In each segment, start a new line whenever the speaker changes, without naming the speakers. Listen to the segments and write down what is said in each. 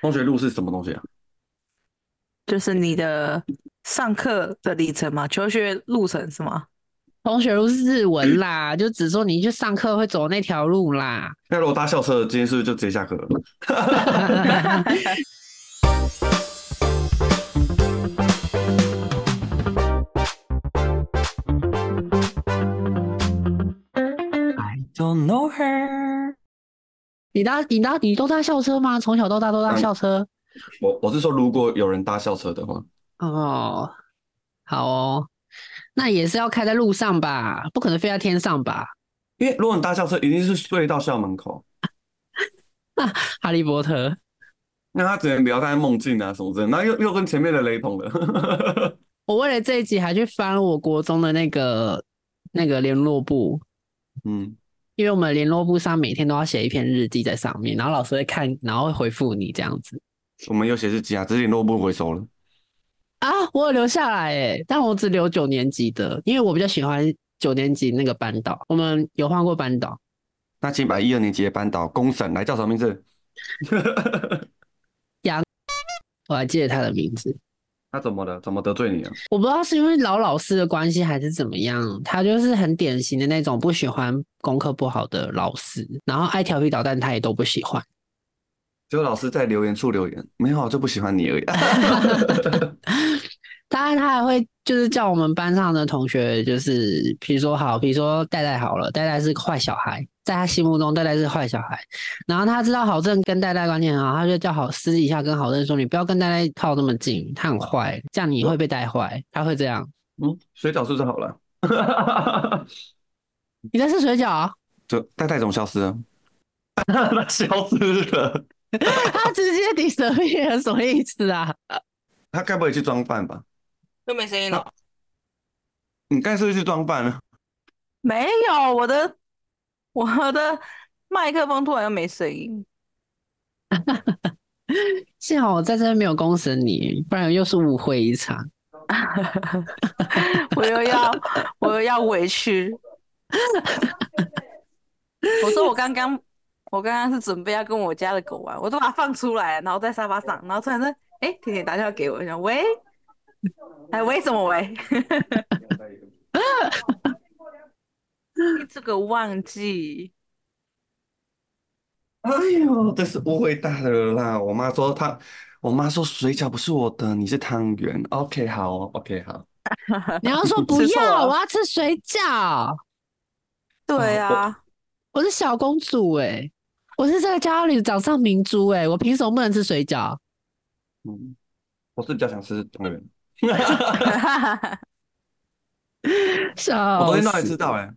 同学录是什么东西啊？
就是你的上课的里程嘛，求学路程是吗？
同学路是日文啦，就只说你去上课会走那条路啦。
那如果搭校车，今天是不是就直接下课了？
I don't know her。
你搭你搭你都搭校车吗？从小到大都搭
嗯
校车？
我我是说，如果有人搭校车的话，
哦，好哦，那也是要开在路上吧，不可能飞在天上吧？
因为如果你搭校车，一定是睡到校门口，
哈利波特，
那他只能不要在梦境啊什么之类的，那又又跟前面的雷同了。
我为了这一集还去翻我国中的那个那个联络簿，
嗯，
因为我们联络簿上每天都要写一篇日记在上面，然后老师会看，然后会回复你这样子
我们有写日记啊，只是联络部回收了。
啊。我有留下来诶，但我只留九年级的，因为我比较喜欢九年级那个班导，我们有换过班导，
那请把一二年级的班导公审来叫什么名字？
我还记得他的名字。
他怎么了？怎么得罪你啊了？
我不知道是因为老老师的关系还是怎么样，他就是很典型的那种不喜欢功课不好的老师，然后爱调皮捣蛋他也都不喜欢。
就老师在留言处留言，没有啊就不喜欢你而已。
当然他还会就是叫我们班上的同学，就是比如说好，比如说戴戴好了，戴戴是坏小孩，在他心目中戴戴是坏小孩，然后他知道好正跟戴戴关系很啊好，他就叫好私底下跟好正说，你不要跟戴戴靠那么近，他很坏，这样你会被带坏，他会这样。
嗯，水饺是不是好了？
你在吃水饺、啊
就戴戴总消失了， 他消失了，
他直接 disappear 什么意思啊？
他该不会去装扮吧？
又没声音
哦
了。你该是不是去装扮啊了？
没有，我的我的麦克风突然又没声音，
幸好我在这边没有公审你，不然又是误会一 场。
我又要我又要委屈。我说我刚刚我刚刚是准备要跟我家的狗玩，我都把它放出来，然后在沙发上，然后突然说：“哎、甜甜打电话给我，我想喂，哎喂什么喂？ 这个忘记。
哎呦，这是误会大了啦！我妈说她，我妈说水饺不是我的，你是汤圆。OK，好哦，OK，好。
你要说不
吃错
要，
了
我要吃水饺，”
对
哦
啊，
我是小公主哎、我是这个家里掌上明珠哎、我凭什么不能吃水饺？
嗯，我是比较想吃汤 圆。
啊
笑
我昨天都还
死
知道哎、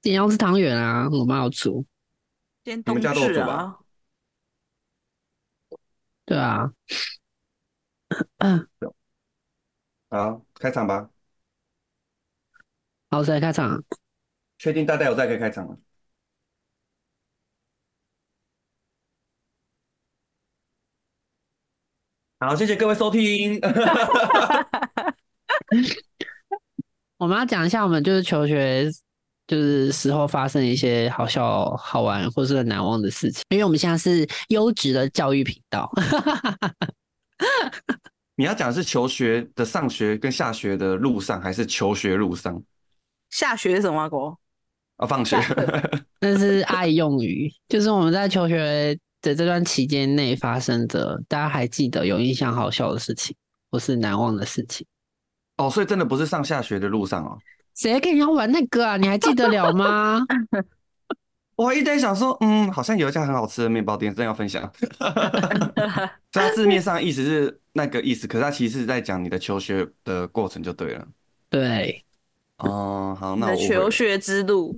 今天要吃汤圆啊，我妈要煮。
今天
你
冬
们家都有
至
煮吧
啊，
对啊，
好，开场吧。
好，再开场。
确定大家有在可以开场了。好，谢谢各位收听。
我们要讲一下我们就是求学，就是时候发生一些好笑、好玩或是很难忘的事情，因为我们现在是优质的教育频道。
你要讲的是求学的上学跟下学的路上，还是求学路上
下雪是什么 啊狗？
啊？放学
那是爱用语，就是我们在求学的这段期间内发生的，大家还记得有印象好笑的事情，或是难忘的事情。
哦，所以真的不是上下学的路上哦。
谁跟你要玩那个啊？你还记得了吗？
我还一直在想说，嗯，好像有一家很好吃的面包店，真的要分享。所以它字面上意思是那个意思，可是它其实是在讲你的求学的过程就对了。
对，
哦，好，
你
那我
的
误会了
求。学之路，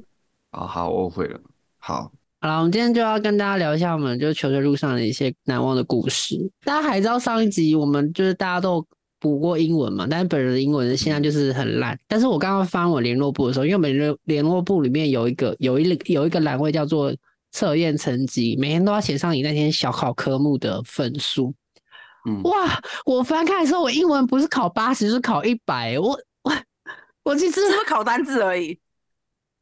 哦，好，我误会了。好，
好了，我们今天就要跟大家聊一下我们就是求学路上的一些难忘的故事。大家还知道上一集我们就是大家都有补过英文嘛，但是本人的英文现在就是很烂。但是我刚刚翻我联络簿的时候，因为我们联络联络簿里面有一个有一有一个栏位叫做测验成绩，每天都要写上你那天小考科目的分数。
嗯，
哇，我翻开的时候，我英文不是考八十，是考一百。我我我其
是
实
不是考单字而已？
欸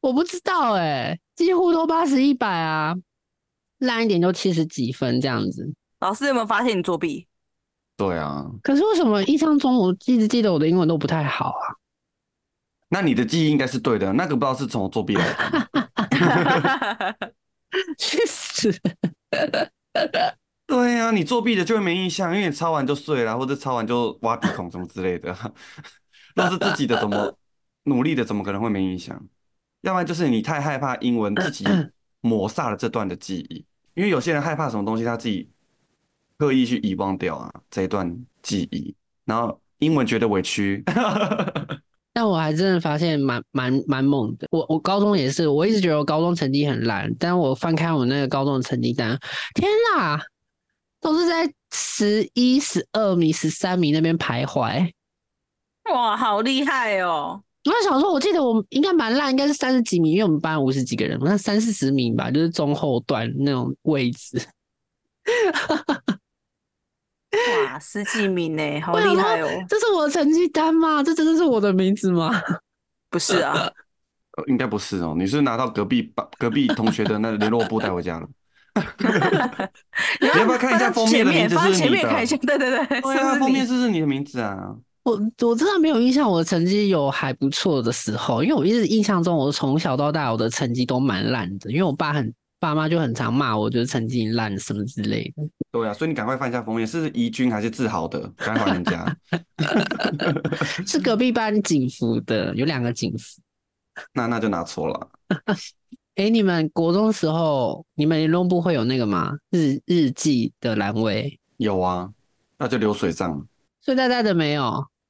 我不知道哎、几乎都八十一百啊。烂一点就七十几分这样子。
老师有没有发现你作弊？
对啊，
可是为什么印象中我一直记得我的英文都不太好啊？
那你的记忆应该是对的，那个不知道是从我作弊来的吗。
去死！
对啊，你作弊的就会没印象，因为你抄完就睡了，或者抄完就挖鼻孔什么之类的。 若是自己的，怎么努力的，怎么可能会没印象？要不然就是你太害怕英文，自 己抹煞了这段的记忆。因为有些人害怕什么东西，他自己刻意去遗忘掉啊这一段记忆，然后英文觉得委屈。
但我还真的发现蛮蛮蛮猛的。我我高中也是，我一直觉得我高中成绩很烂，但我翻开我那个高中的成绩单，天啦，都是在十一、十二名、十三名那边徘徊。
哇，好厉害哦！
我在想说，我记得我应该蛮烂，应该是三十几名，因为我们班五十几个人，那三四十名吧，就是中后段那种位置。
哇，十几名呢，好
我想
厉
说
害哦！
这是我的成绩单吗？这真的是我的名字吗？
不是啊，
呃应该不是哦，你是拿到隔壁班隔壁同学的那联络簿带回 家了。
你
要不要看一下封面的啊名字
放
是
前
你
面
的
看一下，对对对，是不
对
是
啊，
你
封面是不是你的名字啊？
我我真的没有印象，我的成绩有还不错的时候，因为我一直印象中，我从小到大我的成绩都蛮烂的，因为我爸很爸妈就很常骂我，就是成绩烂什么之类的。
对啊，所以你赶快翻一下封面，是宜君还是自豪的？赶快还人 家。
是隔壁班警服的，有两个警服。
那那就拿错了。
哎，你们国中时候，你们联络部会有那个吗？日日记的栏位，
有啊，那就流水账。
所以大家的没有，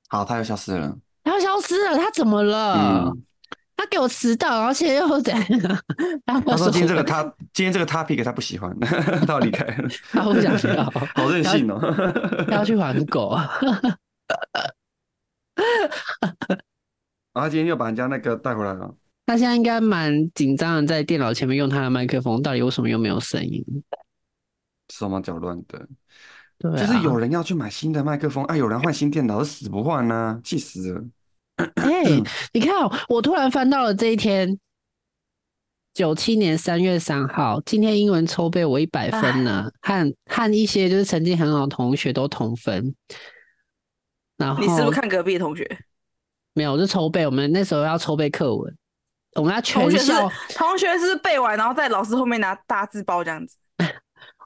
好，他又消失了。
他消失了，他怎么了？
嗯，
他给我迟到，然后现在又怎样？然后
他说今天这个
我
他今天这个 topic 他不喜欢， 他要离开了，
他不想要，
好任性哦。
他要去玩狗。啊
然后他今天又把人家那个带回来了。
他现在应该蛮紧张的，在电脑前面用他的麦克风，到底为什么又没有声音？
手忙脚乱的，
对、啊，
就是有人要去买新的麦克风，啊，有人换新电脑，死不换呢、气死了！
哎、你看哦，我突然翻到了这一天，九七年三月三号，今天英文抽背我一百分
啊
呢，和和一些就是成绩很好的同学都同分。然后
你是不是看隔壁的同学？
没有，我就抽背，我们那时候要抽背课文，我们要全
同学是
校，
同学是不是背完，然后在老师后面拿大字报这样子。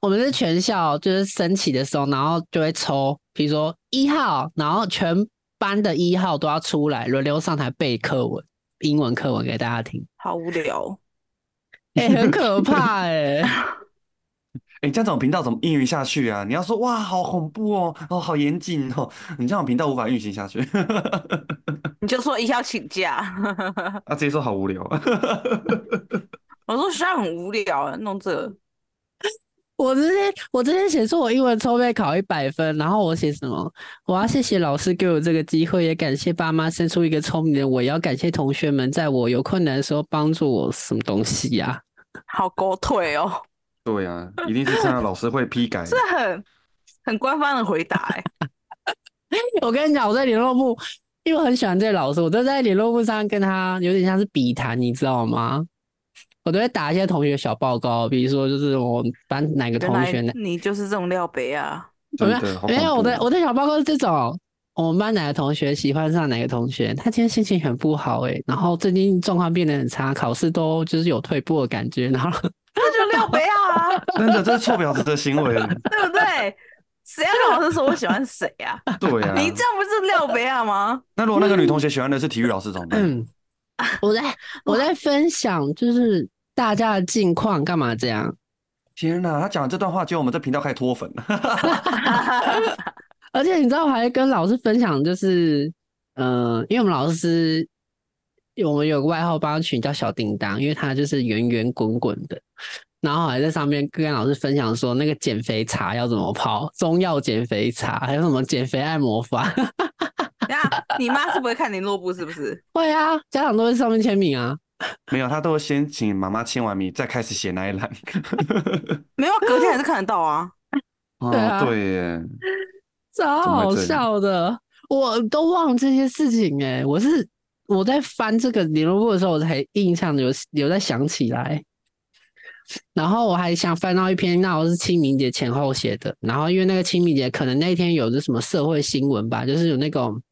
我们是全校就是升旗的时候，然后就会抽，比如说一号，然后全班的一号都要出来轮流上台背课文，英文课文给大家听。
好无聊哦，
哎、很可怕 哎、
哎、你这样种频道怎么运营下去啊？你要说哇，好恐怖哦，哦，好严谨哦，你这种频道无法运行下去。
你就说一下请假。
啊，直接说好无聊。
我说学校很无聊啊，弄这个
我之前我之前写说我英文抽背考一百分，然后我写什么？我要谢谢老师给我这个机会，也感谢爸妈生出一个聪明的我，也要感谢同学们在我有困难的时候帮助我什么东西呀、
好狗腿 哦，
对啊，一定是这样，老师会批改。
啊
这很很官方的回答哎、
我跟你讲，我在联络部，因为我很喜欢这个老师，我都在联络部上跟他有点像是笔谈，你知道吗？我都会打一些同学小报告，比如说就是我们班哪个
原
同学
来
哪，
你就是这种料杯 啊，
真
没
的好
没有
恐
我
怖哦
的我的小报告是这种，我们班哪个同学喜欢上哪个同学，他今天心情很不好诶、然后最近状况变得很差，考试都就是有退步的感觉，然 后
这就料杯啊，
真的，这是臭婊子的行为。
对不对？ 谁要跟老师说我喜欢谁啊？
对 啊，
你这样不是料杯啊吗？
那如果那个女同学喜欢的是体育老师怎么办？
嗯，我在我在分享就是大家的近况，干嘛这样？
天哪，她讲的这段话，结果我们这频道开始脱粉了。
而且你知道，我还跟老师分享，就是，呃，因为我们老师，我们有个外号帮他取叫小叮当，因为他就是圆圆滚滚的。然后还在上面跟老师分享说，那个减肥茶要怎么泡，中药减肥茶，还有什么减肥按摩法。
那你妈是不会看你落布是不是？
会啊，家长都会上面签名啊。
没有，她都会先请妈妈签完名，再开始写那一栏。
没有，隔天还是看得到啊。
哦
对啊
对耶，
超
怎么
好
会这样
笑的，我都忘了这些事情哎、我是我在翻这个联络簿的时候，我才印象有有在想起来。然后我还想翻到一篇，那我是清明节前后写的。然后因为那个清明节可能那一天有的什么社会新闻吧，就是有那种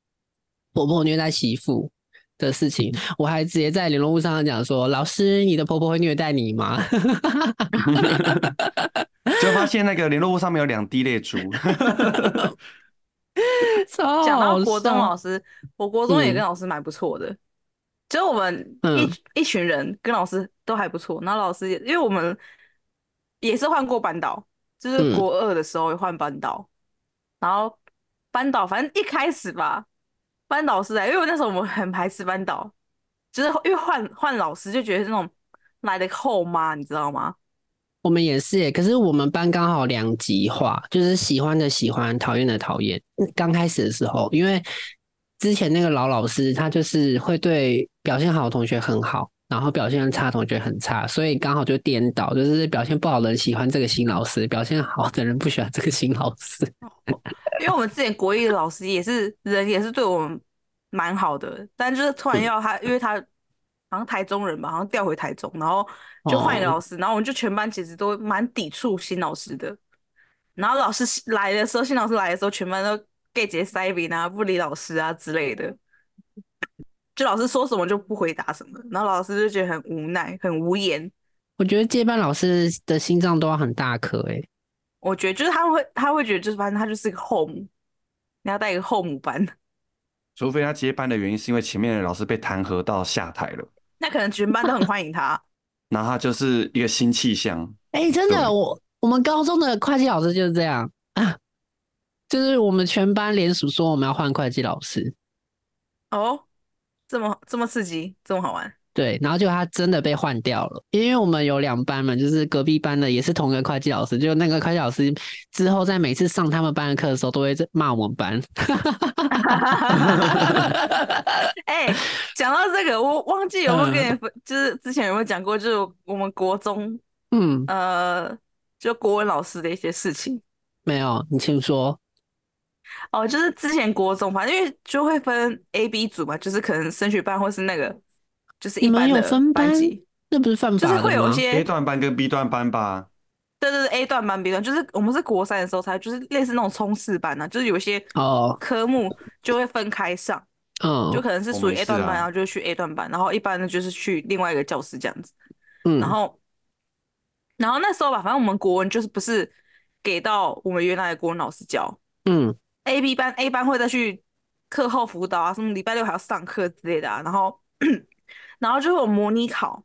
婆婆虐待媳妇的事情，
嗯
我还直接在联络簿上讲说：“老师，你的婆婆会虐待你吗？”
就发现那个联络簿上面有两滴泪珠，
超
讲到
好
国中
笑
哦
老师，我国中也
嗯
跟老师蛮不错的，就是我们一、
嗯
一群人跟老师都还不错，然后老师也因为我们也是换过班导，就是
嗯
国二的时候也换班导，然后班导反正一开始吧，班导师来，因为我那时候我们很排斥班导，就是因为换换老师就觉得是那种来的后妈，你知道吗？
我们也是耶，欸可是我们班刚好两极化，就是喜欢的喜欢，讨厌的讨厌。嗯刚开始的时候，因为之前那个老老师，他就是会对表现好的同学很好，然后表现差的同学很差，所以刚好就颠倒，就是表现不好的人喜欢这个新老师，表现好的人不喜欢这个新老师。
因为我们之前国一的老师也是人，也是对我们蛮好的，但就是突然要他，因为他好像台中人吧，好像调回台中，然后就换一个
哦
老师，然后我们就全班其实都蛮抵触新老师的。然后老师来的时候，新老师来的时候，全班都 gay 结塞饼啊，不理老师啊之类的，就老师说什么就不回答什么，然后老师就觉得很无奈，很无言。
我觉得接班老师的心脏都要很大颗欸诶，
我觉得就是他会，他会觉得就是反正他就是个后母，你要带一个后母班。
除非他接班的原因是因为前面的老师被弹劾到下台了，
那可能全班都很欢迎他。
然后他就是一个新气象。
哎、真
对
的，我我们高中的会计老师就是这样 啊，就是我们全班联署说我们要换会计老师，
哦，这么这么刺激，这么好玩，
对，然后就他真的被换掉了，因为我们有两班嘛，就是隔壁班的也是同一个会计老师，就那个会计老师之后在每次上他们班的课的时候都会在骂我们班，
哎、讲到这个，我忘记有没有跟
嗯
你分，就是之前有没有讲过，就是我们国中
嗯，
呃，就国文老师的一些事情
没有，你请说，
哦，就是之前国中，反正因为就会分 A、B 组嘛，就是可能升学班或是那个就是一
你们
般
有
的
分
班
班
级，
那不是犯
就
法
是
的
会有一
吗？
些
A 段班跟 B 段班吧，
对对对，A 段班、B 段，就是我们是国三的时候才，就是类似那种冲刺班啊，就是有一些
哦
科目就会分开上，就
嗯
可能是
哦我
属于
们
A
是
段班，
啊
然后就去 A 段班，然后一般的就是去另外一个教室这样子。
嗯，
然后，然后那时候吧，反正我们国文就是不是给到我们原来的国文老师教
嗯
，A、B 班 A 班会再去课后辅导啊，什么礼拜六还要上课之类的啊，然后然后就会有模拟考，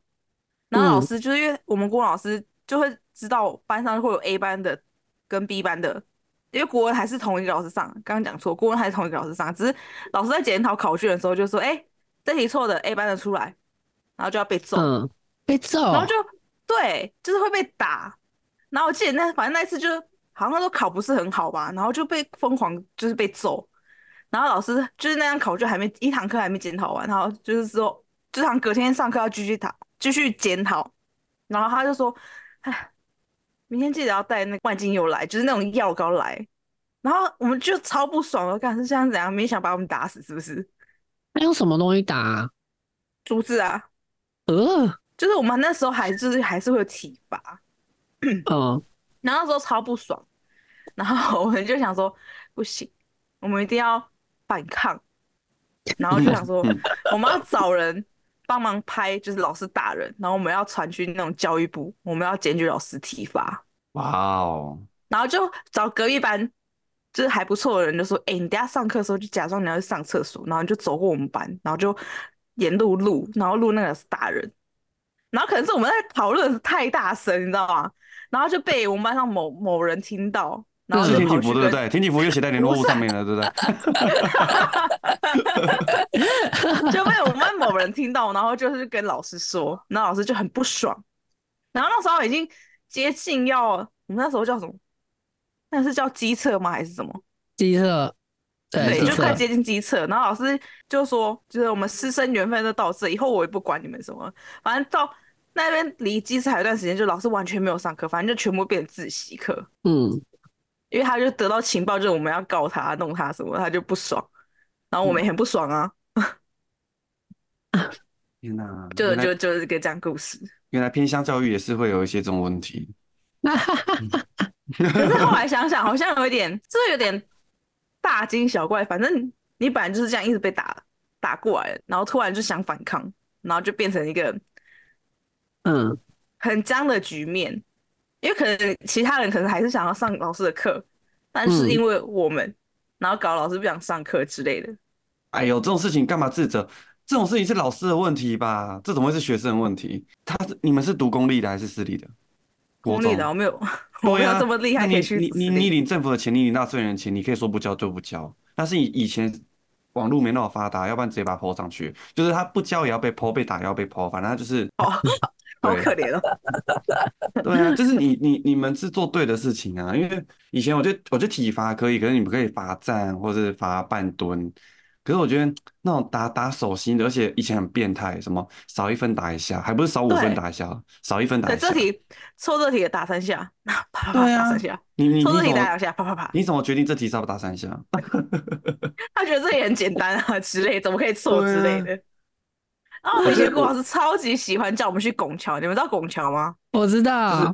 然后老
嗯
师就是因为我们国文老师就会知道班上会有 A 班的跟 B 班的。因为国文还是同一个老师上，刚刚讲错，国文还是同一个老师上，只是老师在检讨考卷的时候就说：“哎、这题错的 A 班的出来，然后就要被揍。”
嗯，被揍，
然后就对，就是会被打。然后我记得那反正那一次就好像都考不是很好吧，然后就被疯狂就是被揍。然后老师就是那样考就还没一堂课还没检讨完，然后就是说，就是好像隔天上课要继续讨继续检讨。然后他就说，哎，明天记得要带那个万金油来，就是那种药膏来。然后我们就超不爽了，干是这样怎样？没想把我们打死是不是？
他用什么东西打啊、
竹子啊，
呃，
就是我们那时候还就是还是会有体罚。
嗯，
然后那时候超不爽，然后我 们就想说不行，我们一定要反抗，然后就想说我们要找人帮忙拍，就是老师打人，然后我们要传去那种教育部，我们要检举老师体罚，
哇哦，
然后就找隔壁班。就是还不错的人就说：“哎、你等一下上课的时候就假装你要去上厕所，然后你就走过我们班，然后就沿路录，然后录那个老师打人，然后可能是我们在讨论太大声，你知道吗？然后就被我们班上某某人听到，然后
是
就
天
跑
体
去
服对
跟
不对？天体服又写在联络簿上面了，对 不对？
就被我们班某人听到，然后就是跟老师说，然后老师就很不爽。然后那时候已经接近要，我们那时候叫什么？那是叫机测吗？还是什么？
机测，
对，
机
就快
测，
接近机测，然后老师就说，就是我们师生缘分就到这，以后我也不管你们什么，反正到那边离机测还有一段时间，就老师完全没有上课，反正就全部变成自习课，
嗯。
因为他就得到情报，就是我们要告他、弄他什么，他就不爽，然后我们也很不爽啊，
天哪，
就
原来
就就是个这样故事，
原来偏乡教育也是会有一些这种问题。
可是后来想想，好像有一点，这个有点大惊小怪。反正你本来就是这样一直被打打过来，然后突然就想反抗，然后就变成一个
嗯，
很僵的局面。因为可能其他人可能还是想要上老师的课，但是
嗯
因为我们，然后搞老师不想上课之类的。
哎呦，这种事情干嘛自责？这种事情是老师的问题吧？这怎么会是学生的问题？他是你们是读公立的还是私立的？国
公立的
中
哦我没有，
对
我没有
呀，
这么厉害
那
可以
你
去
你
私
你
立
你领政府的钱，你领纳税人的钱，你可以说不交就不交。但是以以前网络没那么发达，要不然直接把它泼上去，就是他不交也要被泼，被打也要被泼，反正他 就是
哦 好
对
可怜哦。
对啊，就是你你你们是做对的事情啊，因为以前我觉得我觉得体罚可以，可是你们可以罚站或是罚半蹲，可是我觉得那种打打手心的，而且以前很变态，什么少一分打一下，还不是少五分
对
打一下，哦少一分打
对，
一下
这。题错这题也打三下，啪啪啪
对
打
啊
三下，
你你你
错
怎
这题打
么
两下，啪啪啪。
你怎么决定这题是要不打 三下？
他觉得这也很简单啊之类，怎么可以错之类
对
的。然后我们以
觉得
前郭
我
老师超级喜欢叫我们去拱桥，你们知道拱桥吗？
我知道，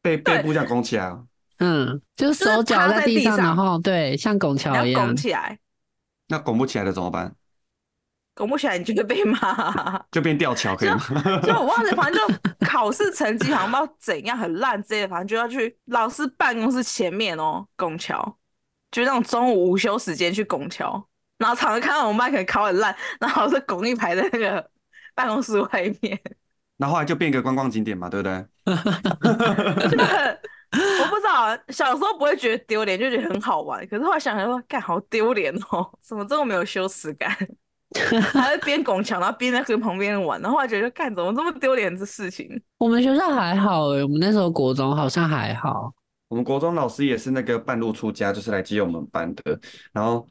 被被
对
部这样拱起来啊，
嗯，就是
就是
手脚
趴
在
在
地
地
上，然
上
后对，像拱
你
桥一
要
样
拱，起来，
那拱不起来的怎么办？
拱不起来你就会被骂。
就变吊桥可以吗？
就我忘记，反正就考试成绩好像不知道怎样很烂之类的，反正就要去老师办公室前面哦拱桥，就那种中午午休时间去拱桥，然后常常看到我们班可能考很烂，然后老师拱一排在那个办公室外面。
然后后来就变一个观光景点嘛，对不对？
就很，我不知道，啊小时候不会觉得丢脸，就觉得很好玩。可是后来想想说，干好丢脸哦，怎么这么没有羞耻感？ 还会边拱墙，然后边在跟旁边人玩，然后后来觉得干怎么这么丢脸这事情？
我们学校还好欸诶、我们那时候国中好像还好，
我们国中老师也是那个半路出家，就是来接我们班的。然后，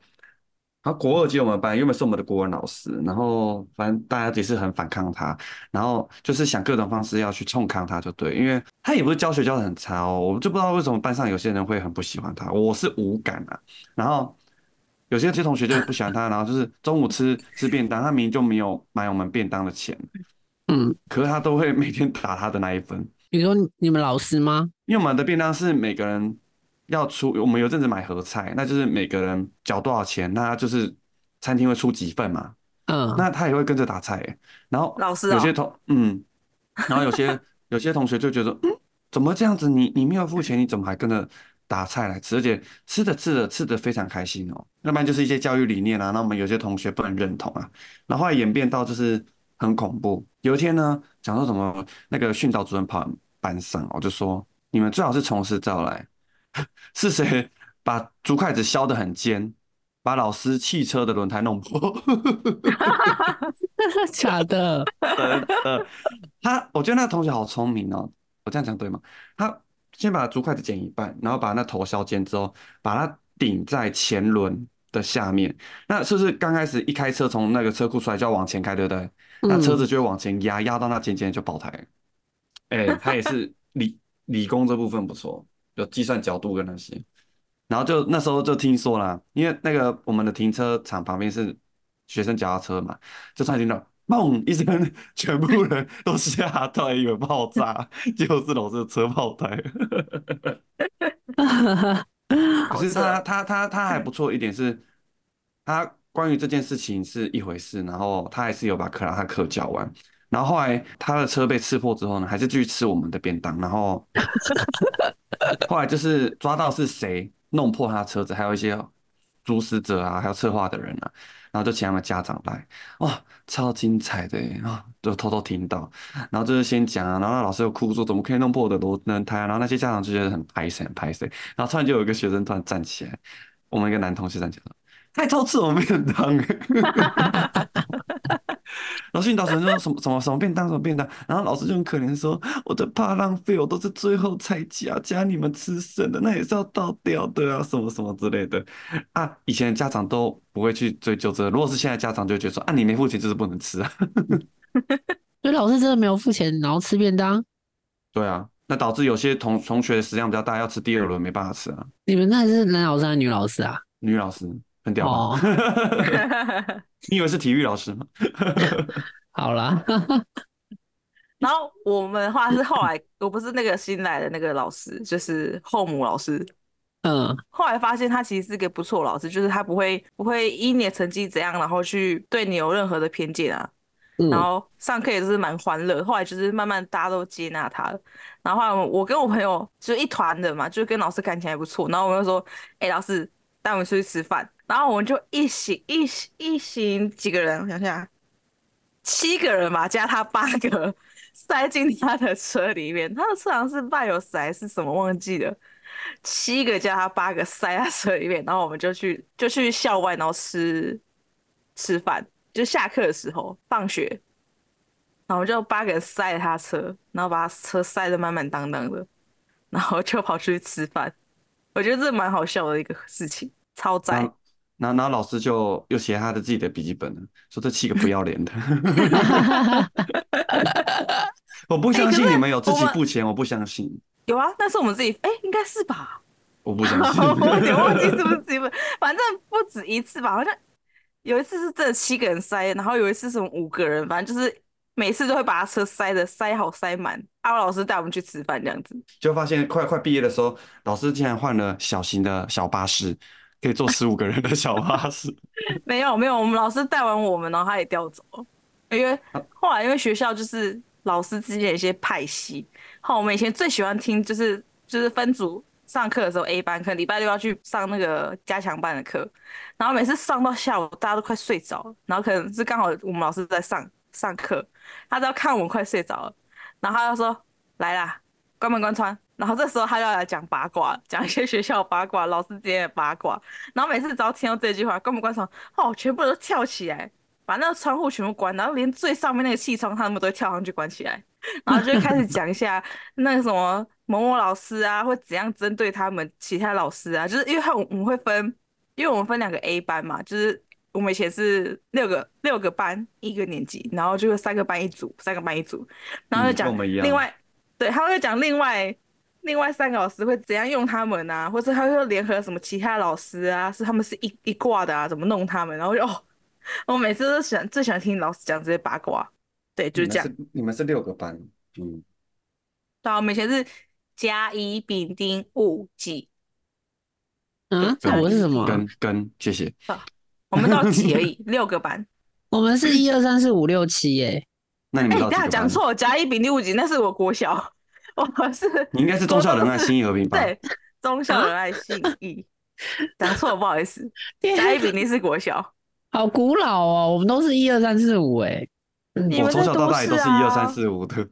然后国二接我们班，原本是我们的国文老师，然后反正大家也是很反抗他，然后就是想各种方式要去冲抗他，就对，因为他也不是教学教的很差哦，我就不知道为什么班上有些人会很不喜欢他，我是无感啊。然后有些有些同学就不喜欢他，然后就是中午吃吃便当，他明明就没有买我们便当的钱，
嗯，
可是他都会每天打他的那一分。
你说你你们老师吗？
因为我们的便当是每个人要出，我们有阵子买盒菜，那就是每个人缴多少钱，那就是餐厅会出几份嘛，
嗯，
那他也会跟着打菜耶。然后
老师
有
哦
些同嗯，然后有些有些同学就觉得，嗯，怎么这样子？你你没有付钱，你怎么还跟着打菜来吃？而且吃着吃着吃着非常开心哦。要不然就是一些教育理念啊，那我们有些同学不能认同啊，然后后来演变到就是很恐怖。有一天呢，讲说什么那个训导主任跑我们班上，哦我就说你们最好是从实招来， 是谁把竹筷子削得很尖，把老师汽车的轮胎弄破？
假的，
真的，他我觉得那个同学好聪明哦，我这样讲对吗？他先把竹筷子剪一半，然后把那头削尖之后，把它顶在前轮的下面。那是不是刚开始一开车从那个车库出来就要往前开，对不对？那车
嗯
子就会往前压，压到那尖尖就爆胎了。哎、他也是理理工这部分不错，有计算角度跟那些。然后就那时候就听说啦，因为那个我们的停车场旁边是学生脚踏车嘛，就突然听到砰一声， 全部人都吓到，以为爆炸， 结果是老师的车爆胎。可
好
是
扯
他他他他还不错一点是，他关于这件事情是一回事，然后他还是有把课让他课教完。然后后来他的车被刺破之后呢，还是继续吃我们的便当。然后后来就是抓到是谁弄破他车子，还有一些主使者啊，还有策划的人啊，然后就请他们家长来，哇，超精彩的耶啊！就偷偷听到，然后就是先讲啊，然后那老师又哭说怎么可以弄破我的螺轮胎啊、然后那些家长就觉得很拍谁很拍谁，然后突然就有一个学生突然站起来，我们一个男同学站起来说：“太偷吃我们便当了。” 然后训导主任就说什么什么什么便当什么便当，然后老师就很可怜地说：“我的怕浪费，我都是最后才加加你们吃剩的，那也是要倒掉的啊，什么什么之类的啊。”以前的家长都不会去追究这个如果是现在家长就会觉得说：“啊，你没付钱就是不能吃啊。
所以老师真的没有付钱，然后吃便当，”
对啊，那导致有些同同学食量比较大，要吃第二轮没办法吃啊。
你们那是男老师还是女老师啊？
女老师很屌吧？
哦
你以为是体育老师吗？
好啦，
然后我们的话是后来，我不是那个新来的那个老师，就是后母老师。
嗯，
后来发现他其实是个不错的老师，就是他不会不会因你的成绩怎样，然后去对你有任何的偏见啊。
嗯
然后上课也是蛮欢乐，后来就是慢慢大家都接纳他了。然后后来我我跟我朋友就是一团的嘛，就跟老师感情还不错。然后我们就说，哎、老师带我们出去吃饭。然后我们就一行一行一行几个人，我想想啊，七个人吧，加他八个，塞进他的车里面。他的车好像是伴有塞还是什么忘记了，七个加他八个塞他车里面。然后我们就去就去校外，然后吃吃饭，就下课的时候放学，然后我就八个人塞着他车，然后把他车塞得满满当当的，然后就跑出去吃饭。我觉得这蛮好笑的一个事情，超载。
然后然后然后老师就又写他的自己的笔记本了，说这七个不要脸的， 我不相
哎可是
信你们有自
我
己
们
付钱，我不相信，
有啊，那是我们自己，哎、应该是 吧？
我不相 信。
我有点忘记是不是自己分，反正不止一次吧，好像有一次是这七个人塞，然后有一次什么五个人，反正就是每次都会把他车塞的塞好塞满。阿伟老师带我们去吃饭这样子，
就发现快快毕业的时候，老师竟然换了小型的小巴士，可以坐十五个人的小巴士。
没有没有，我们老师带完我们，然后他也调走了，因为后来因为学校就是老师之间有一些派系，后我们以前最喜欢听就是就是分组上课的时候 A 班，可能礼拜六要去上那个加强班的课，然后每次上到下午大家都快睡着了，然后可能是刚好我们老师在上上课，他都要看我们快睡着了，然后他就说来啦，关门关窗。然后这时候他就要来讲八卦，讲一些学校八卦、老师之间的八卦。然后每次只要听到这句话，关门关窗，哦，全部都跳起来，把那个窗户全部关，然后连最上面那个气窗他们都会跳上去关起来，然后就会 开始讲一下那个什么某某老师啊，会怎样针对他们其他老师啊，就是因为他我们会分，因为我们分两个 A 班嘛，就是我们以前是六个六个班一个年级，然后就是三个班一组，三个班一组，然后就
嗯跟
讲
我们一样
另外，对，他会讲另外。另外三个老师会怎样用他们啊，或者他会联合什么其他老师啊，是他们是一一挂的啊，怎么弄他们？然后就哦，我每次都喜欢最喜欢听老师讲这些八卦，对， 就是这样。
嗯你们是你们是六个班，嗯，
然后我们以前是甲乙丙丁戊己，
啊，那我是什么啊？
嗯跟跟，谢谢。
我们到几而 已，六个班。
我们是一二三四五六七欸耶，
那你
哎、
们
你
到
刚
几
才
个
讲
班？
错，甲乙丙丁戊己，那是我国小，我是
你应该是中校仁爱心意和平吧？啊
对中校仁爱信义，讲错了不好意思，甲乙丙丁是国小，
好古老哦，我们都是一二三四五哎，
你
我
们
从
在
小到
都
大也
市
都是一二三
啊，
四五的。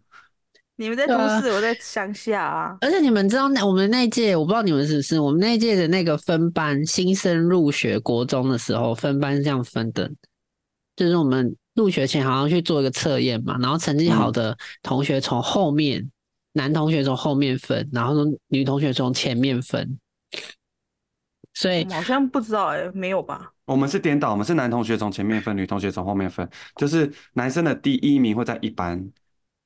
你们在都
对啊
市，我在乡下啊。
而且你们知道那我们那一届，我不知道你们是不是，我们那一届的那个分班，新生入学国中的时候，分班是这样分的，就是我们入学前好像去做一个测验嘛，然后成绩好的同学从后面，男同学从后面分，然后女同学从前面分，所以
我好像不知道哎、没有吧？
我们是颠倒，我们是男同学从前面分，女同学从后面分，就是男生的第一名会在一班，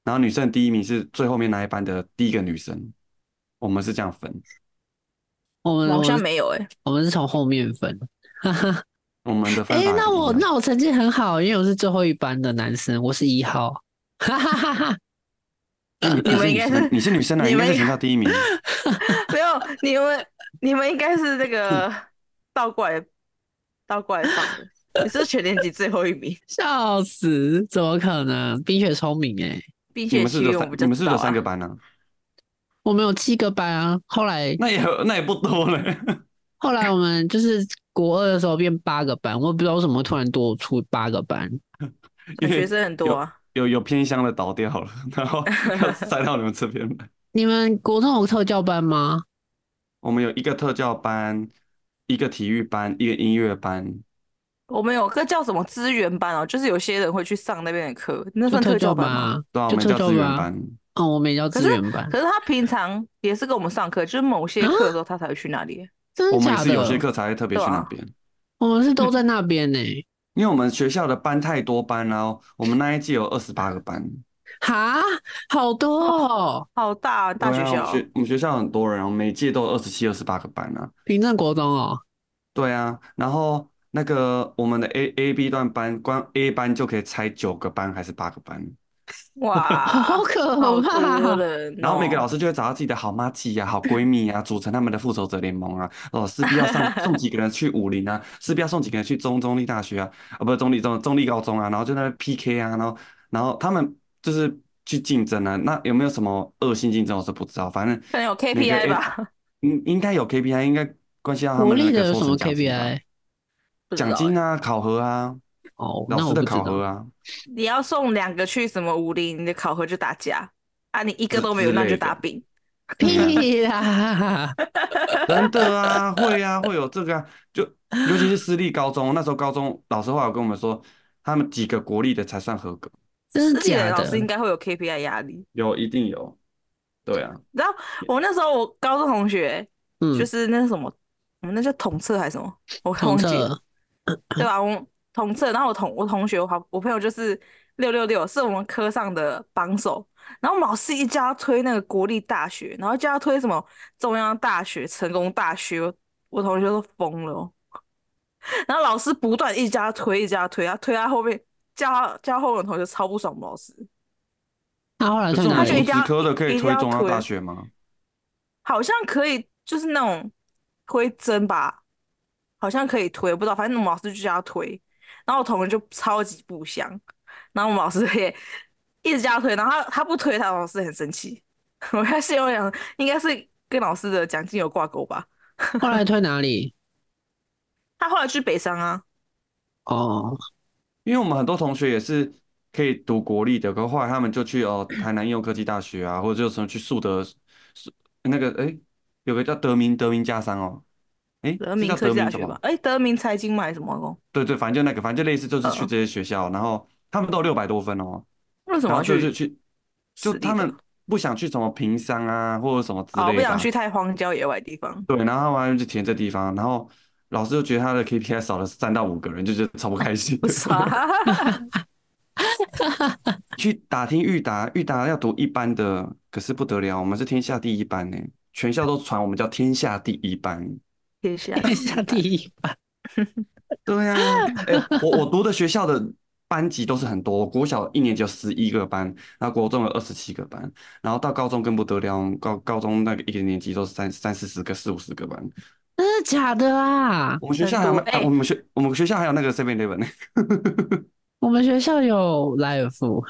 然后女生的第一名是最后面那一班的第一个女生，我们是这样分。
我
嗯
我
们
好
我
像
们
没有哎、
我们是从后面分。
我们的分
哎、
法
那
不一
我
样
那我成绩很好，因为我是最后一班的男生，我是一号， 哈哈哈哈。
嗯
你们应该是
你是女生啊，
你
应
们
该是
应
全校第一名。
没有，你们你们应该是那个
嗯
倒过来倒过来放的。你是全年级最后一名，
笑死，怎么可能？冰雪聪明哎、
并
你
且
们是
其
有
余我
三，
比
你
较
们是有
少
三
啊
个班啊，
我们有七个班啊，后来
那也那也不多嘞。
后来我们就是国二的时候变八个班，我也不知道为什么突然多出八个班。
因为
学生很多啊。
有有偏乡的倒掉了，然 后要塞到你们这边来。
你们国中有特教班吗？
我们有一个特教班，一个体育班，一个音乐班。
我们有个叫什么资源班哦，就是有些人会去上那边的课，那
就
算
特
教
班
班吗？
啊，
对啊，我
就
们
特
叫
教
资源
班啊
班。
哦，我们也叫资
可是
源班，
可是他平常也是跟我们上课，就是某些课的时
啊
候他才会去那里。
真
我
的
们也
假
是有些
的？
课才会特别去
对啊
那边，
我们是都在那边呢、
因为我们学校的班太多班然后我们那一届有二十八个班。
哈，好多哦，
好大啊大
对
学
啊，我
校
们
哦，
学我们学校很多人，我们每届都有二十七、二十八个班啊。
平镇国中哦，
对啊，然后那个我们的 A A B 段班，光 A 班就可以拆九个班还是八个班？
哇，
好可
好
怕！
多人哦
然后每个老师就会找到自己的好妈鸡呀、好闺蜜呀、组成他们的复仇者联盟啊。哦，势必要上送几个人去武林啊，势必要送几个人去中中立大学啊，啊，不是中立中中立高中啊，然后就在那边 PK 啊，然后然后他们就是去竞争啊。那有没有什么恶性竞争，我是不知道，反正
可能有
每个哎
KPI 吧，
应应该有 KPI，应该关系到他
国
们
立
那
的
个
有
硕
什
士
么
奖金吧
KPI？
不知道哎欸
奖金啊、考核啊、
哦，那
老
我
师的
不知
考核
道。
啊
你要送两个去什么武林，你的考核就打架啊，你一个都没有，
之
那
类
就
的
打饼。
屁 啦！
真的啊，会啊，会有这个啊，就尤其是私立高中，那时候高中老师后来有跟我们说，他们几个国立的才算合格，
真的
自己
假
的老
的
师？应该会有 KPI 压力。
有一定有，对啊，
然后我那时候我高中同学就
嗯，
是那什么，我们那叫统测还是什么？我
统
忘记了。
测
对吧、我同测，然后我同我同学，我好我朋友就是六六六，是我们科上的榜首。然后我们老师一叫他推那个国立大学，然后叫他推什么中央大学、成功大学，我同学都疯了哦。 然后老师不断一直叫他推，一直叫他推，他推到后面叫他叫他后面的同学超不爽，我们老师
他后来
可是
推
我
哪
们
啊他就一
物
里
定？
质
要
科的可
一
以
定
推
要
中央
推
大学吗？
好像可以，就是那种推针吧，好像可以推，不知道，反正我们老师就叫他推，然后我同学就超级不香，然后我们老师也一直叫他推，然后他他不推，他老师很生气。 我开始我想，应该是跟老师的奖金有挂钩吧。
后来推哪里？
他后来去北商啊，
哦，
因为我们很多同学也是可以读国立的，可后来他们就去哦台南应用科技大学啊，或者就什么去树德，树那个哎、有个叫德明德明家商哦，哎、
德
是
明
叫
科
德
技大
明什
学
么
吧？？哎，德明财经嘛，还是什么工？
对对，反正就那个，反正就类似就是去
嗯
这些学校，然后他们都有六百多分哦。
为什
然
么要
后就
去
是 去，就
私立
他
的
们不想去什么平山啊，或者什么之
哦，不
类的
想
啊、
去太荒郊野外地方。
对，然后他们就填这地方，然后老师就觉得他的 KPI 少了三到五个人，就觉得超不开心。
不是啊，
去打听裕达，裕达要读一班的，可是不得了，我们是天下第一班呢，全校都传我们叫天下第一班。
天下
天下第一班。
对呀、哎、我我读的学校的班级都是很多，我国小一年级有十一个班，然后国中有二十七个班，然后到高中更不得了，我们高高中那个一个年级都是三三四十个、四五十个班。
真的假的啊？
我们学
很
校还有
多
卖啊
哎
我们学我们学校还有那个 Seven Eleven 呢。
我们学校有莱尔富，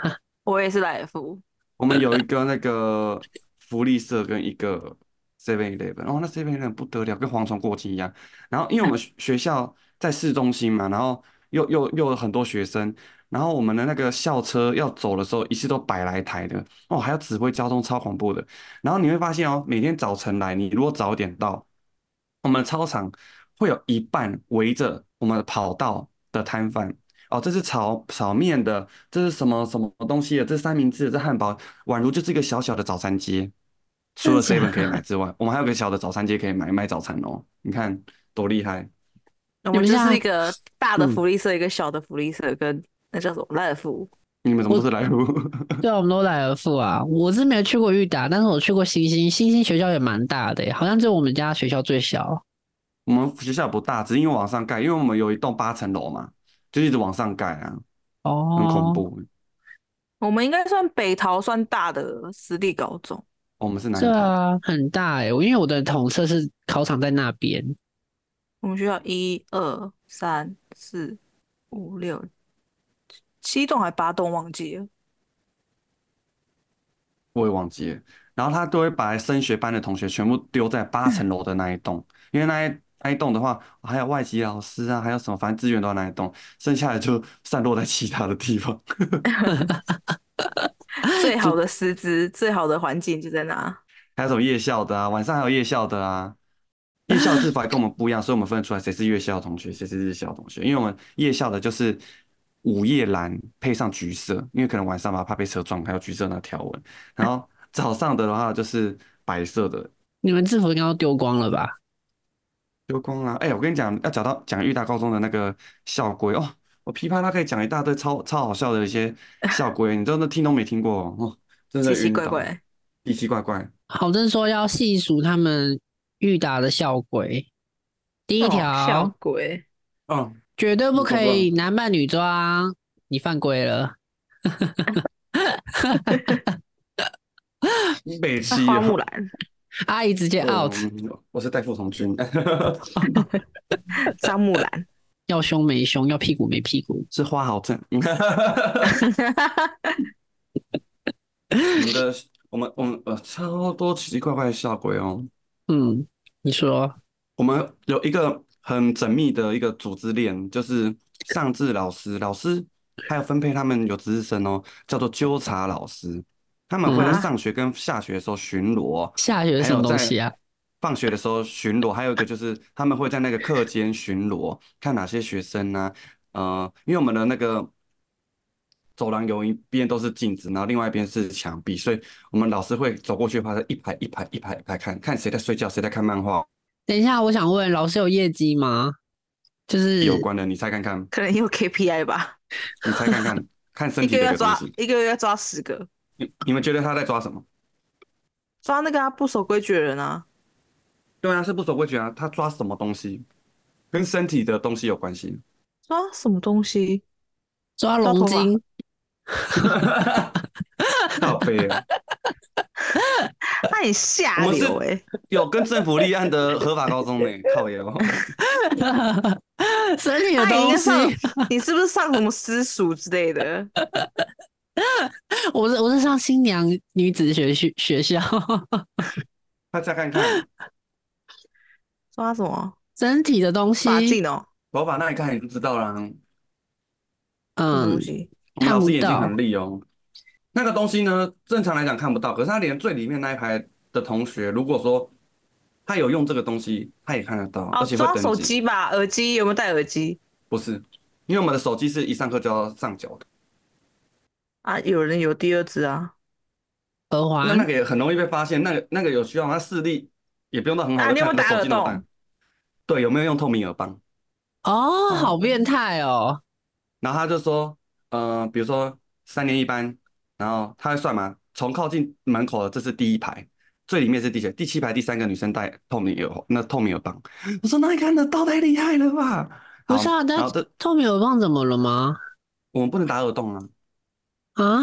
我也是来福，
我们有一个那个福利社跟一个 Seven Eleven，然后那哦 Seven Eleven 不得了，跟蝗虫过境一样。然后因为我们学学校在市中心嘛，然后又又又有很多学生，然后我们的那个校车要走的时候，一次都百来台的哦，还要指挥交通，超恐怖的。然后你会发现哦，每天早晨来，你如果早一点到，我们操场会有一半围着我们的跑道的摊贩。哦，这是炒炒面的，这是什么什么东西的？这是三明治的，这汉堡，宛如就是一个小小的早餐街。除
真
了
假
seven 可以买之外，我们还有个小的早餐街可以买买早餐哦。你看多厉害！
我
你
们
们
就
现在
是一个大的
嗯
福利社，一个小的福利社，跟那叫什么赖福。
你们怎么
我
都是来福？
对啊，我们都莱尔富啊。我是没有去过裕达，但是我去过星星，星星学校也蛮大的耶，欸好像只有我们家学校最小。
我们学校不大，只是因为往上盖，因为我们有一栋八层楼嘛，就一直往上盖啊，
哦，
很恐。怖。
我们应该算北桃算大的私立高中，
我们是南
对
台，
啊，很大哎、我因为我的统测是考场在那边，
我们学校一二三四五六七栋还八栋忘记了，
我也忘记了。然后他都会把升学班的同学全部丢在八层楼的那一栋，因为那一那一栋的话，还有外籍老师啊，还有什么，反正资源都在那一栋，剩下的就散落在其他的地方。
最好的师资、最好的环境就在那。
还有什么夜校的啊，晚上还有夜校的啊。夜校制服还跟我们不一样，所以我们分得出来谁是夜校的同学，谁是日校的同学。因为我们夜校的就是午夜蓝配上橘色，因为可能晚上嘛怕被车撞，还有橘色那条纹。然后早上的话就是白色的，
你们制服应该都丢光了吧？
丢光啊！哎、我跟你讲，要讲到讲裕大高中的那个校规哦，我噼啪啦可以讲一大堆超超好笑的一些校规，你真的听都没听过哦，哦真的
奇奇
晕
怪
倒，
怪，哦
奇奇怪怪。
好正说要细数他们裕达的校规，第一
哦
条、
校规，
嗯，
绝对不
你说
可
说
以男扮女装，你犯规了。
北 七
花
哦
木兰、
阿姨直接 out，
嗯我是代父 从军，
张木 兰，
要胸没胸，要屁股没屁股。
是花好正。嗯 我们的我们我们呃超多奇奇怪怪的笑鬼哦。
嗯，你说
我们有一个很缜密的一个组织链，就是上至老师，老师还有分配他们有值日生哦，叫做纠察老师，他们会在
嗯
上学跟下学的时候巡逻，
下学是
还
什
有
么
在
东西啊？
放学的时候巡逻，还有一个就是他们会在那个课间巡逻，看哪些学生呢、呃，因为我们的那个走廊有一边都是镜子，然后另外一边是墙壁，所以我们老师会走过去，把它一排一排一排一排看，看谁在睡觉，谁在看漫画
等一下，我想问老师有业绩吗？就是
有关的，你猜看看，
可能有 KPI 吧，
你猜看 看，看身
一
体
个
这
月
个东
抓
西，
一个月抓十个，
你你们觉得他在抓什么？
抓那个啊不守规矩的人啊，
对啊，是不守规矩啊，他抓什么东西，跟身体的东西有关系。
抓什么东西？
抓
抓头
龙
发
筋，
好悲啊！
那很下
我是
流哎、
有跟政府立案的合法高 中呢、靠腰。
身体的
那你应
东
该
西。
上，你是不是上什么私塾之类的？
我是我是上新娘女子学学学校，
大家看看
抓什么？
身体的东西，
发镜哦，
头发那一看你就知道啦。我
什么
嗯
东，西？
们老
看不
师眼睛
到
很利哦。那个东西呢，正常来讲看不到，可是他连最里面那一排的同学，如果说他有用这个东西，他也看得到，而
哦，
且会
抓
登
手
记。
机吧，耳机有没有戴耳机
不是，因为我们的手机是一上课就要
嗯
上缴的，
啊？有人有第二只啊？
耳
那那
环，
个也很容易被发现。那个那个有需要吗？他视力也不用到很好，
啊
就
你有
看
没有
他
打
手
耳
机那么
洞
大。对，有没有用透明耳棒？
哦，好变态哦，
然后他就说，呃，比如说三年一班，然后他会算嘛，从靠近门口的这是第一排，最里面是第几？第七排第三个女生戴透明耳环，那透明耳棒。我说那你看得到太厉害了吧？
不
好
是啊，
然
但
后这
透明耳棒怎么了吗？
我们不能打耳洞啊，
啊，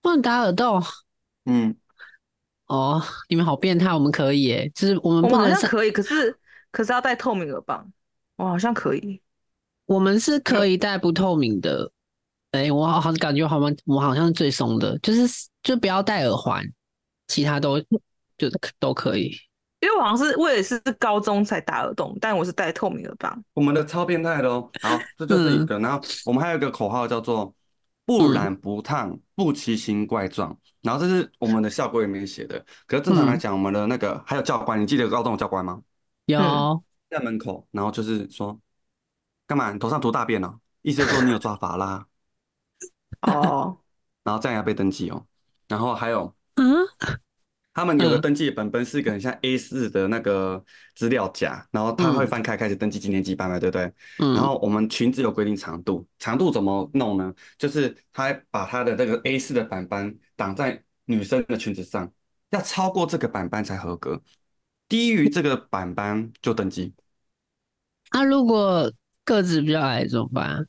不能打耳洞
嗯，
哦，你们好变态，我们可以耶，就是我们
我
不
们好
能
像
上，
可以，可是可是要戴透明耳棒，我好像可以。
我们是可以戴不透明的，哎，我好像感觉好像我好像是最松的，就是就不要戴耳环，其他都就都可以，
因为我好像是我也是高中才打耳洞，但我是戴透明耳棒。
我们的超变态的哦。好，这就是一个。然后我们还有一个口号叫做“不染不烫，不奇形怪状”。然后这是我们的校规里面写的。可是正常来
嗯
讲，我们的那个还有教官，你记得高中有教官吗？
有
在门口，然后就是说，干嘛？你头上涂大便哦？意思就是说你有抓法啦，
哦，
然后这样要被登记哦。然后还有
嗯
他们有个
嗯
登记本本是一个很像 A 4的那个资料夹，然后他会
嗯
翻开开始登记今年几班嘛，对不对？
嗯，
然后我们裙子有规定长度，长度怎么弄呢？就是他把他的这个 A 4的板板挡在女生的裙子上，要超过这个板板才合格，低于这个板板就登记。
那如果个子比较矮怎么办？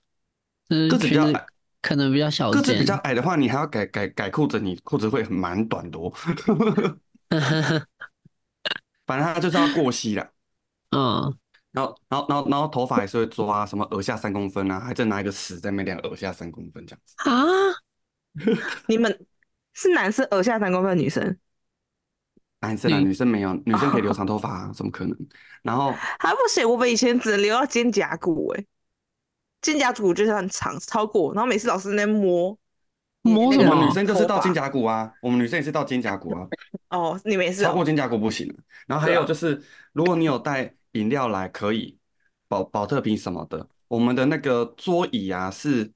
就是
个子比较
裙
矮
可能比较小
个子比
件
较矮的话，你还要改改改裤子，你裤子会很蛮短的哦。
嗯
反正他就是要过膝啦，
嗯，
然后然后然后然后头发也是会抓什么耳下三公分啊，还再拿一个尺在那边量耳下三公分这样子。
啊，
你们是男生耳下三公分，女生
男生啊，
女
女生没有，女生可以留长头发啊，怎么可能？然后
啊还不行。我们以前只能留到肩胛骨、欸，肩胛骨就是很长，超过。然后每次老师在那边摸
摸
你
什
我
那个
们
么
女生就是到
头发
肩胛骨啊，我们女生也是到肩胛骨啊，
哦，你们也是
超过
哦
肩胛骨不行。然
啊
后还有就是，如果你有带饮料来，可以保保特瓶什么的。我们的那个桌椅啊，是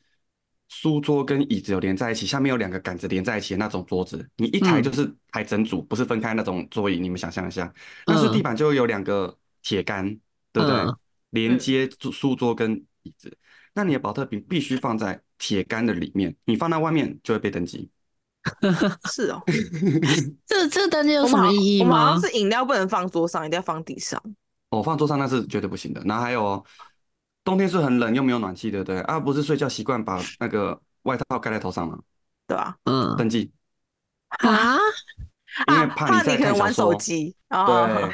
书桌跟椅子有连在一起，下面有两个杆子连在一起的那种桌子，你一抬
嗯
就是抬整组，不是分开那种桌椅。你们想象一下，但是地
嗯
板就会有两个铁杆，对不对
嗯？
连
嗯
接桌书桌跟椅子，那你的保特瓶必须放在铁杆的里面，你放在外面就会被登记。
是哦。
这这登记有
我
什
们
么
好
意义
我们好
吗
像？是饮料不能放桌上，一定要放地上。
我、哦放桌上那是绝对不行的。然后还有哦，冬天是很冷又没有暖气，对不对？啊，不是睡觉习惯把那个外套盖在头上吗？
对吧？
嗯
登记，
啊，
因为
啊，
怕你在
可能
看
玩
小
手
说
机啊，
对，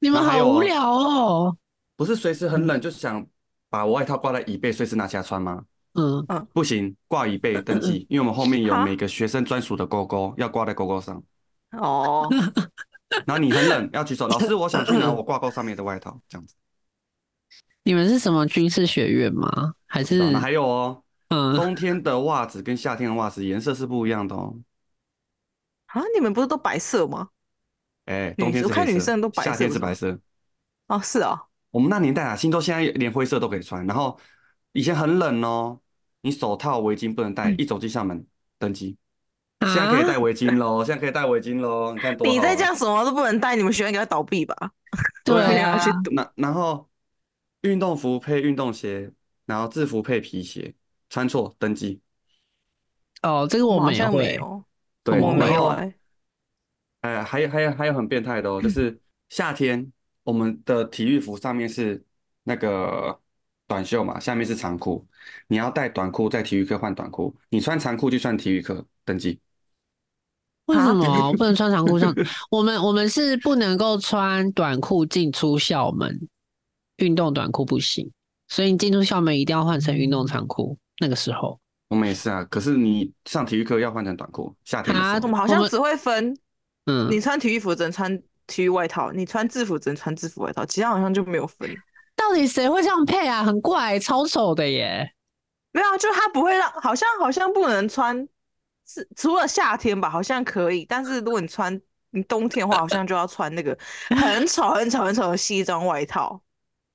你们
然后还
好
有
无聊哦。
不是随时很冷就想把我外套挂在椅背，随时拿起来穿吗？
嗯，
不行，挂椅背登记，因为我们后面有
啊
每个学生专属的勾勾，要挂在勾勾上。
哦，
然后你很冷，要举手，老师，我想去拿我挂钩上面的外套，这样子。
你们是什么军事学院吗？还是
然后还有哦，
嗯
冬天的袜子跟夏天的袜子颜色是不一样的哦。
啊，你们不是都白色吗？
哎，
女
冬天是
我看
黑
女
色
生都白
夏
色
天
不
是
是
白
吗
色。
哦，是哦，
我们那年代啊，新州现在连灰色都可以穿。然后以前很冷哦，你手套、围巾不能戴，
嗯
一走进校门登机。现在可以
啊，
戴围巾喽，现在可以戴围巾喽，你看多
你
好
再
啊
这样什么都不能带，你们学院给他倒闭吧？
对
啊
啊，
去
那然后运动服配运动鞋，然后制服配皮鞋，穿错登记。
哦，这个我
好
们也
像没
会，
有，
对，
我没
然
有
后
哎，
呃，还有还有还有很变态的哦，
嗯
就是夏天我们的体育服上面是那个短袖嘛，下面是长裤，你要带短裤在体育课换短裤，你穿长裤就算体育课登记。
为什
啊
么不能穿长裤上？我们我们是不能够穿短裤进出校门，运动短裤不行，所以你进出校门一定要换成运动长裤。那个时候
我们也是啊，可是你上体育课要换成短裤，夏天的
啊
时
我
候
们好
我
像
们
只会分，
嗯
你穿体育服只能穿体育外套，你穿制服只能穿制服外套，其他好像就没有分。
到底谁会这样配啊？很怪，超丑的耶！
没有啊，就他不会让，好像好像不能穿，是除了夏天吧，好像可以，但是如果你穿你冬天的话，好像就要穿那个很丑很丑很丑的西装外套，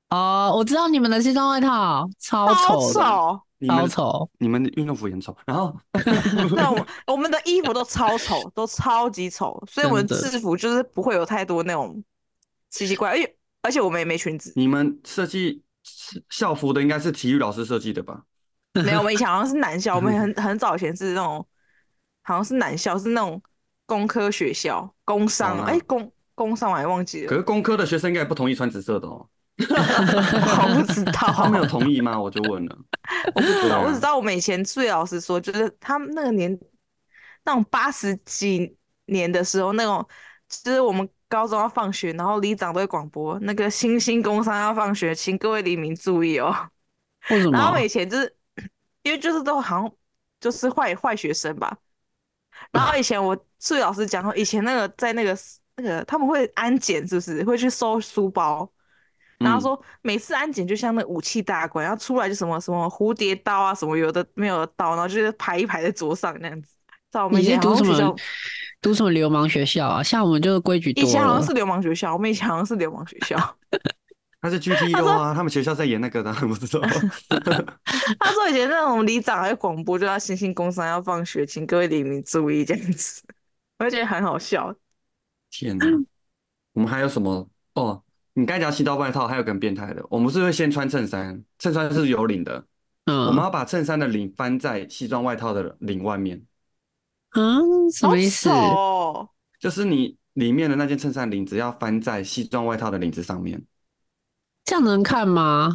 哦，我知道你们的西装外套超
好
丑的，
丑。
你
超
们
丑。
你们的运动服也很丑，然后
对，我们我们的衣服都超丑，都超级丑，所以我们
真的
制服就是不会有太多那种奇奇怪，而且而且我们也没裙子，
你们设计校服的应该是体育老师设计的吧？
没有，我们以前好像是男 校，我们很很早以前是那种，好像是男校，是那种工科学校，工商，
啊
哎、工工商我还忘记
可
了，
是工科的学生应该也不同意穿紫色的哦，
我不知
哦
他们有
道，
同意吗？我就问了，
我不知
对
道，我
啊
只知道我们以前数学老师说，就是他们那个年，那种八十几年的时候，那种就是我们高中要放学，然后里长都会广播，那个新兴工商要放学，请各位黎明注意哦。
为什
然后他
么
们以？前就是， 因为就是都好像就是坏坏学生吧。然后以前我数学老师讲过，以前那个在那个那个他们会安检，是不是会去搜书包？然后
嗯
说每次安检就像那武器大关，然后出来就什么什么蝴蝶刀啊，什么有的没有的刀，然后就是排一排在桌上那样子。在我们以
你是
前好
读什
像学
么
校，？
读什么流氓学校啊？像我们就是规矩多
以前好
了
像。是流氓学校，我们以前好像是流氓学校。
他是 GTO 啊，他们学校在演那个的，我 知道。
他说以前那种里长还广播，就要新兴工商要放学，请各位黎明注意这样子， 我就觉得很好笑。
天哪，我们还有什么？哦，你刚才讲西装外套，还有更变态的，我们是会先穿衬衫，衬衫是有领的，
嗯，
我们要把衬衫的领翻在西装外套的领外面，
啊，什么意思？
好丑哦
就是你里面的那件衬衫领子要翻在西装外套的领子上面。
这样能看吗？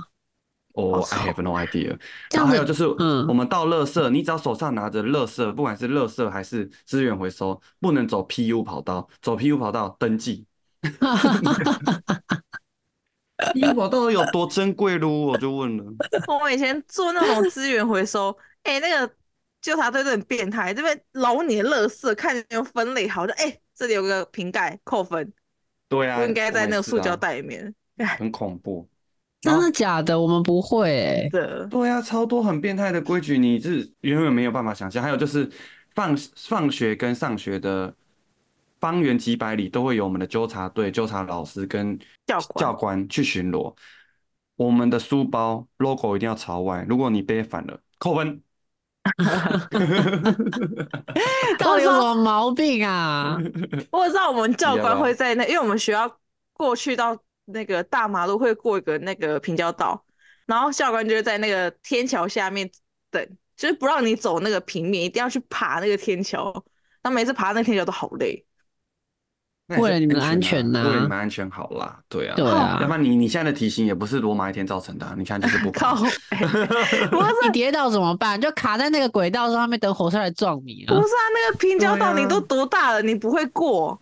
哦、
好
i have no idea。
这
然
样
后啊还有
子
就 是，
嗯
我们到垃圾，你只要手上拿着垃圾，不管是垃圾还是资源回收，不能走 PU 跑道，走 PU 跑道登记。PU 跑道有多珍贵喽？我就问了，
我们以前做那种资源回收，哎、那个纠察队都很变态，这边捞你的垃圾，看你有没有分类好的，哎、这里有个瓶盖扣分，
对啊，
不应该在那
我也
个
是
塑
啊
胶，袋里面。
很恐怖。
真的假的？我们不会欸、
的，
对啊，超多很变态的规矩，你是远远没有办法想象。还有就是放放学跟上学的方圆几百里都会有我们的纠察队、纠察老师跟
教官
教官去巡逻。我们的书包 logo 一定要朝外，如果你背反了，扣分。
到底有什么毛病啊？
我知道我们教
你要
官
不要
会在那，因为我们学校过去到那个大马路会过一个那个平交道，然后教官就会在那个天桥下面等，就是不让你走那个平面，一定要去爬那个天桥。他每次爬那个天桥都好累，
那也是
为了你们的
安全啊
安全啊
为了你们安全好啦，对啊，
对啊
要不然你你现在的体型也不是罗马一天造成的啊、你看就是 不
靠
高，
不是
你跌倒怎么办？就卡在那个轨道上面等火车来撞你
不
啊！
是啊，那个平交道
对啊
你都多大了，你不会过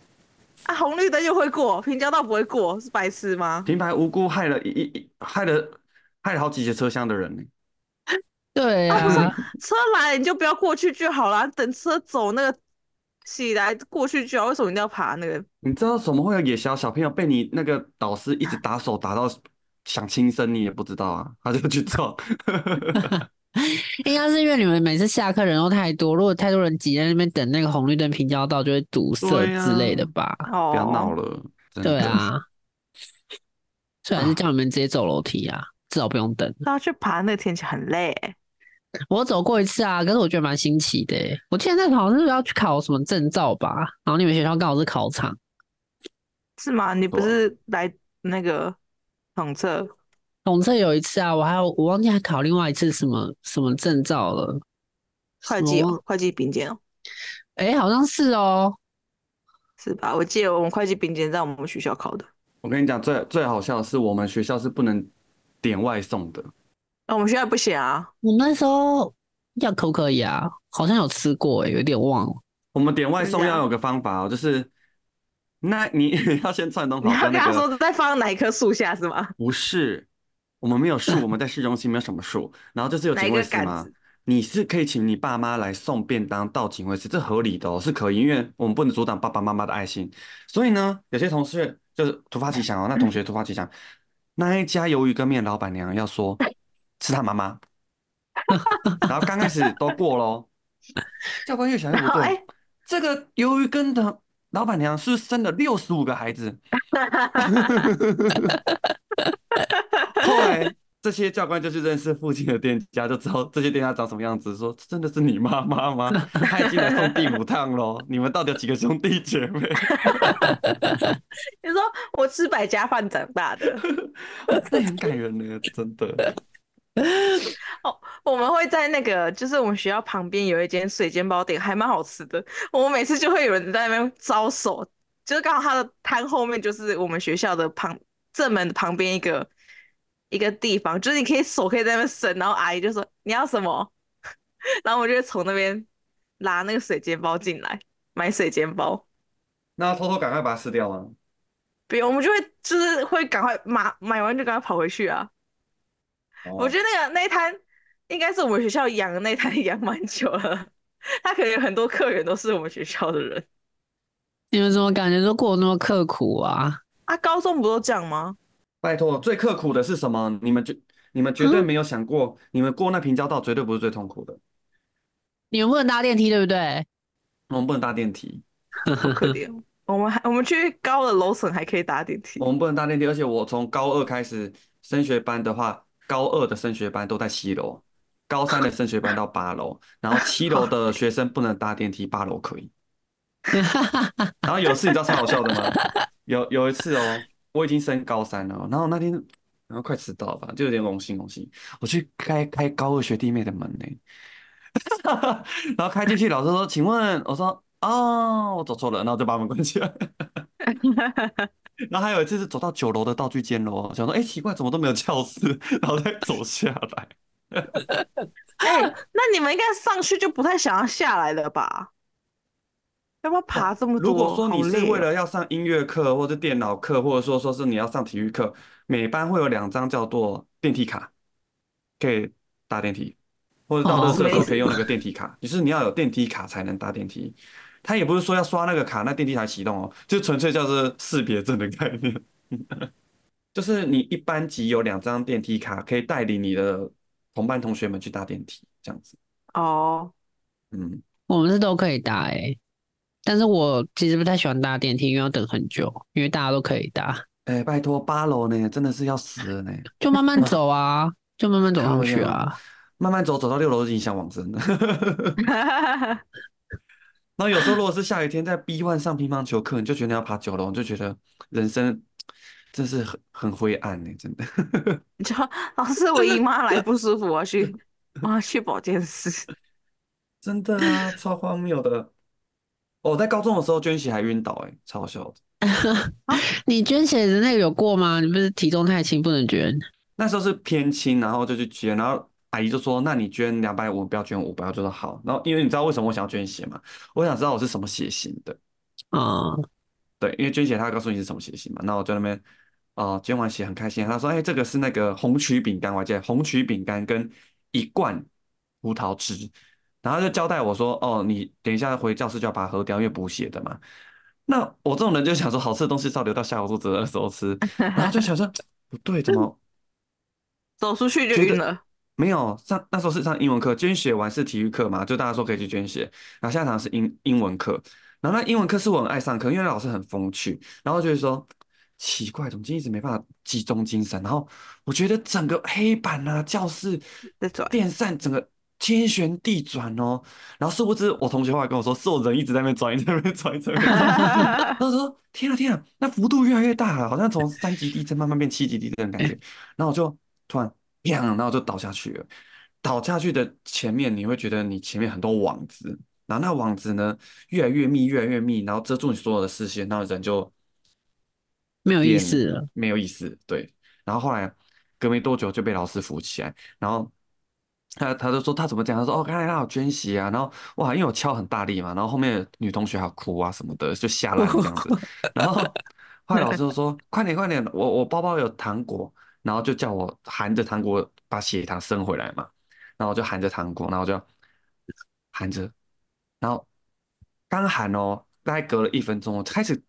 啊？红绿灯又会过，平交道不会过，是白痴吗？
平白无故害了一一一害了害了好几节车厢的人呢、
对啊，
啊不是车来了你就不要过去就好啦，等车走那个起来过去就好，为什么一定要爬那个？
你知道怎么会有野小小朋友被你那个导师一直打手打到想轻生，你也不知道啊， 他就去撞。
应该是因为你们每次下课人都太多，如果太多人挤在那边等那个红绿灯平交道，就会堵塞
对啊
之类的吧？
哦，
不要闹了，真的
对，啊，所以还是叫你们直接走楼梯啊，至少不用等。
他啊去爬那个天桥很累、欸，
我走过一次啊，可是我觉得蛮新奇的欸。我记得那好像是要去考什么证照吧，然后你们学校刚好是考场，
是吗？你不
对啊
是来那个统测？
统测有一次啊，我还有我忘记还考另外一次什么什么证照了，
会
什
计
么
哦
忘，
会计丙检哦，
哎、好像是哦，
是吧？我记得我们会计丙检在我们学校考的，
我跟你讲，最最好笑的是，我们学校是不能点外送的。
那、我们学校不行啊，
我那时候要可不可以啊？好像有吃过、欸，有点忘了。
我们点外送
真的啊
要有个方法哦，就是那你 要先串通
你
好跟
要跟他
哦那
说
个
在放哪一棵树下是 吗？
不是，我们没有树，我们在市中心没有什么 树，然后就是有
哪
警
一
卫
个
室
杆
嘛
子，
你是可以请你爸妈来送便当到警卫室，这合理的哦，是可以，因为我们不能阻挡爸爸妈妈的爱心。所以呢，有些同事就是突发奇想哦，那 同学突发奇想，那一家鱿鱼羹面老板娘要说是她妈 妈，然后刚开始都过喽，教官越想越不
然后
嗯对
哎，
这个鱿鱼羹的老板娘是不是生了六十五个孩 子。后来这些教官就去认识附近的店家，就知道这些店家长什么样子，说这真的是你妈妈 吗？她已经来送第五趟喽，你们到底有几个兄弟姐 妹？
你说我吃百家饭长大的，
这很感人呢，真的。
我们会在那个，就是我们学校旁边有一间水煎包店，还蛮好吃的。我们每次就会有人在那边招手，就是刚好他的摊后面就是我们学校的旁正门旁边一个一个地方，就是你可以手可以在那边伸，然后阿姨就说你要什么， 然后我就会从那边拿那个水煎包进来买水煎包，
那偷偷赶快把它撕掉吗？
不用，我们就会就是会赶快买买完就赶快跑回去啊。我觉
得
得那个那一摊应该是我们学校养的那一摊养蛮久了， 他可能有很多客源都是我们学校的人
你们怎么感觉都过得那么刻苦啊？
啊。高中不都这样吗？
拜托，最刻苦的是什么？你们绝你们绝对没有想过，你们过那平交道绝对不是最痛苦的。
你们不能搭电梯，对不对？
我们不能搭电梯，
好可 怜哦，我们还我们去高的楼层还可以搭电梯
我，们不能搭电梯，而且我从高二开始升学班的话，高二的升学班都在七楼，高三的升学班到八楼，然后七楼的学生不能搭电梯，八楼可以。然后有一次你知道超好笑的吗？有有一次哦，我已经升高三了哦，然后那天然后快迟到吧，就有点荣幸荣幸，我去开开高二学弟妹的门呢、 然后开进去，老师说：“请问？”我说：“哦，我走错了。”然后我就把门关起来。然后还有一次是走到九楼的道具间喽，想说：“哎，奇怪，怎么都没有教室？” 然后再走下来。
哎、那你们应该上去就不太想要下来了吧？要不要爬这么多？
如果说你
好
是
累
为
哦
了要上音乐课，或者是电脑课，或者说说是你要上体育课，每班会有两张叫做电梯卡，可以搭电梯，或者到
哦
垃圾的时候
没
可以 用那个电梯卡，就是你要有电梯卡才能搭电梯。他也不是说要刷那个卡，那电梯才启动哦，就纯粹叫做识别证的概念。 就是你一班级有两张电梯卡，可以带领你的同班同学们去搭电梯，这样子。
哦，
嗯，
我们是都可以搭哎、但是我其实不太喜欢搭电梯，因为要等很久，因为大家都可以搭，
哎、拜托，八楼呢，真的是要死了呢。
就慢慢走 啊，就慢慢走上
靠
去
腰
啊。
慢慢走，走到六楼就影响往生了。
哦
然后有时候如果是下雨天在 B one 上乒乓球课，你就觉得你要爬九楼，你就觉得人生真是很很灰暗呢、真的。
你知道老师哦我姨妈来不舒服，我要去我要去保健 室。
哦真的啊，超荒谬的。我在高中的时候捐血还晕倒、欸，哎，超好笑的。
你捐血的那个有过吗？你不是体重太轻不能捐？
那时候是偏轻，然后就去捐，然后阿姨就说：“那你捐两百五，不要捐五百。”我就说好。然后因为你知道为什么我想要捐血吗？我想知道我是什么血型的。
哦，
对，因为捐血他会告诉你是什么血型嘛。那我就那边哦、呃捐完血很开心。他说：“哎、这个是那个红曲饼干，我还记得红曲饼干跟一罐葡萄汁。”然后他就交代我说：“哦，你等一下回教室就要把它喝掉，因为补血的嘛。”那我这种人就想说，好吃的东西是要留到下午肚子饿的时候吃，然后就想说不对，怎么？
走出去就
觉
晕
得
了。
没有上那时候是上英文课，捐血完是体育课嘛，就大家说可以去捐血。然后下一堂是英英文课，然后那英文课是我很爱上课，因为那老师很风趣，然后就会说奇怪，总经一直没办法集中精神。然后我觉得整个黑板啊、教室
在转
电扇整个天旋地转哦。然后殊不知我同学后来跟我说，是我人一直在那边转，一直在那边转，一直在那边转。然后我说：“天啊天啊，那幅度越来越大了，好像从三级地震慢慢变七级地震的感觉。”然后我就突然砰，然后就倒下去了。倒下去的前面，你会觉得你前面很多网子，然后那网子呢越来越密，越来越密，然后遮住你所有的视线，那人就
没有意
变
思了。
没有意思。对，然后后来隔没多久就被老师扶起来，然后他他就说他怎么讲？他说哦，刚才他有捐血啊，然后哇，因为我敲很大力嘛，然后后面的女同学还哭啊什么的，就吓烂这样子。然后后来老师就说快点快点，我我包包有糖果，然后就叫我含着糖果把血糖升回来嘛，然后我就含着糖果，然后我就含着，然后刚含哦，大概隔了一分钟，我开始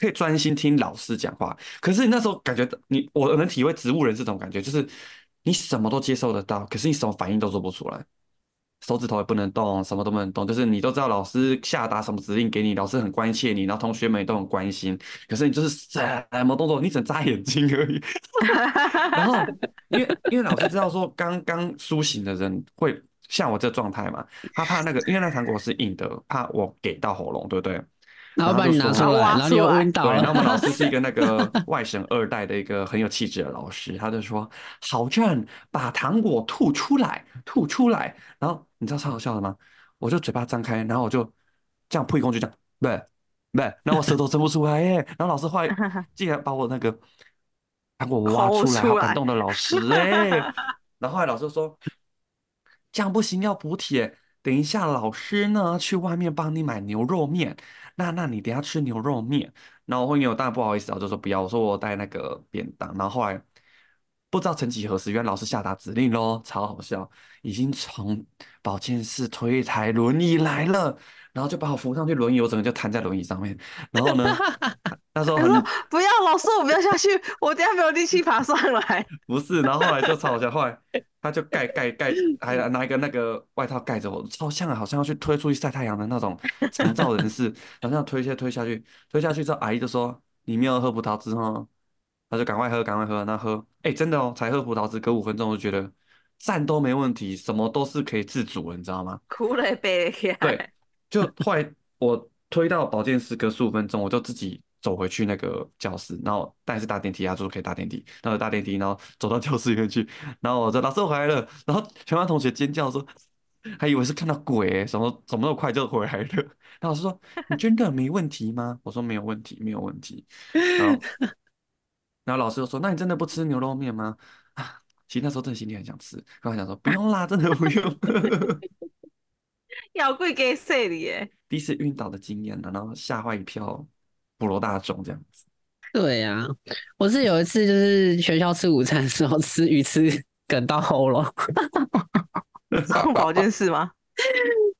可以专心听老师讲话。可是你那时候感觉到你，我能体会植物人这种感觉，就是你什么都接受得到，可是你什么反应都做不出来，手指头也不能动，什么都不能动，就是你都知道老师下达什么指令给你，老师很关切你，然后同学们也都很关心，可是你就是什么动作，你只能眨眼睛而已。然后，因为因为老师知道说，刚刚苏醒的人会像我这状态嘛，他怕那个，因为那糖果是硬的，怕我给到喉咙，对不对？
然后把你拿出来，
然
然
后就说
后你又晕倒
对，然后我们
了。
老师是一个那个 外省二代的一个很有气质的老师，他就说：好正，把糖果吐出来，吐出来。然后你知道超好笑的吗？我就嘴巴张开，然后我就这样扑一空就这样，对对，然后我舌头伸不出来耶。然后老师后来竟然把我那个糖果挖
抠
出来，
出
好感
来
动的老 师哎。然后后来老师就说：这样不行，要补铁。等一下，老师呢去外面帮你买牛肉面，那那你等一下吃牛肉面。然后后面我当然不好意思啊，我就说不要，我说我带那个便当。然后后来不知道曾几何时，原来老师下达指令喽，超好笑，已经从保健室推一台轮椅来了，然后就把我扶上去轮椅，我整个就瘫在轮椅上面。然后呢， 那时候很
不要，老师，我不要下去，我等下没有力气爬上来。
不是，然后后来就超好笑，后来他就盖盖盖，还拿一个那个外套盖着我，超像啊好像要去推出去晒太阳的那种长照人士，好像推下推下去，推下去之后，阿姨就说你没有喝葡萄汁哦，他就赶快喝，赶快喝，那喝，哎，真的哦，才喝葡萄汁，隔五分钟我就觉得站都没问题，什么都是可以自主的，你知道吗？
哭了一啊杯起来。
对， 就后来我推到保健室隔十五分钟，我就自己走回去那个教室，然后但是搭电梯啊，就是可以搭电梯，然后搭电梯，然后走到教室里面去，然后我说老师我回来了，然后全班同学尖叫说，还以为是看到鬼欸、什么怎么那么快就回来了？ 然后老师说你真的没问题吗？我说没有问题，没有问题。然后然后老师就说那你真的不吃牛肉面吗？ 啊，其实那时候真的心里很想吃，然后我想说不用啦，真的不用。
要贵给谁的耶？
第一次晕倒的经验啊，然后吓坏一票普罗大众这样 子。
对呀、我是有一次就是学校吃午餐的时候吃鱼吃梗到喉咙，
送保健室吗？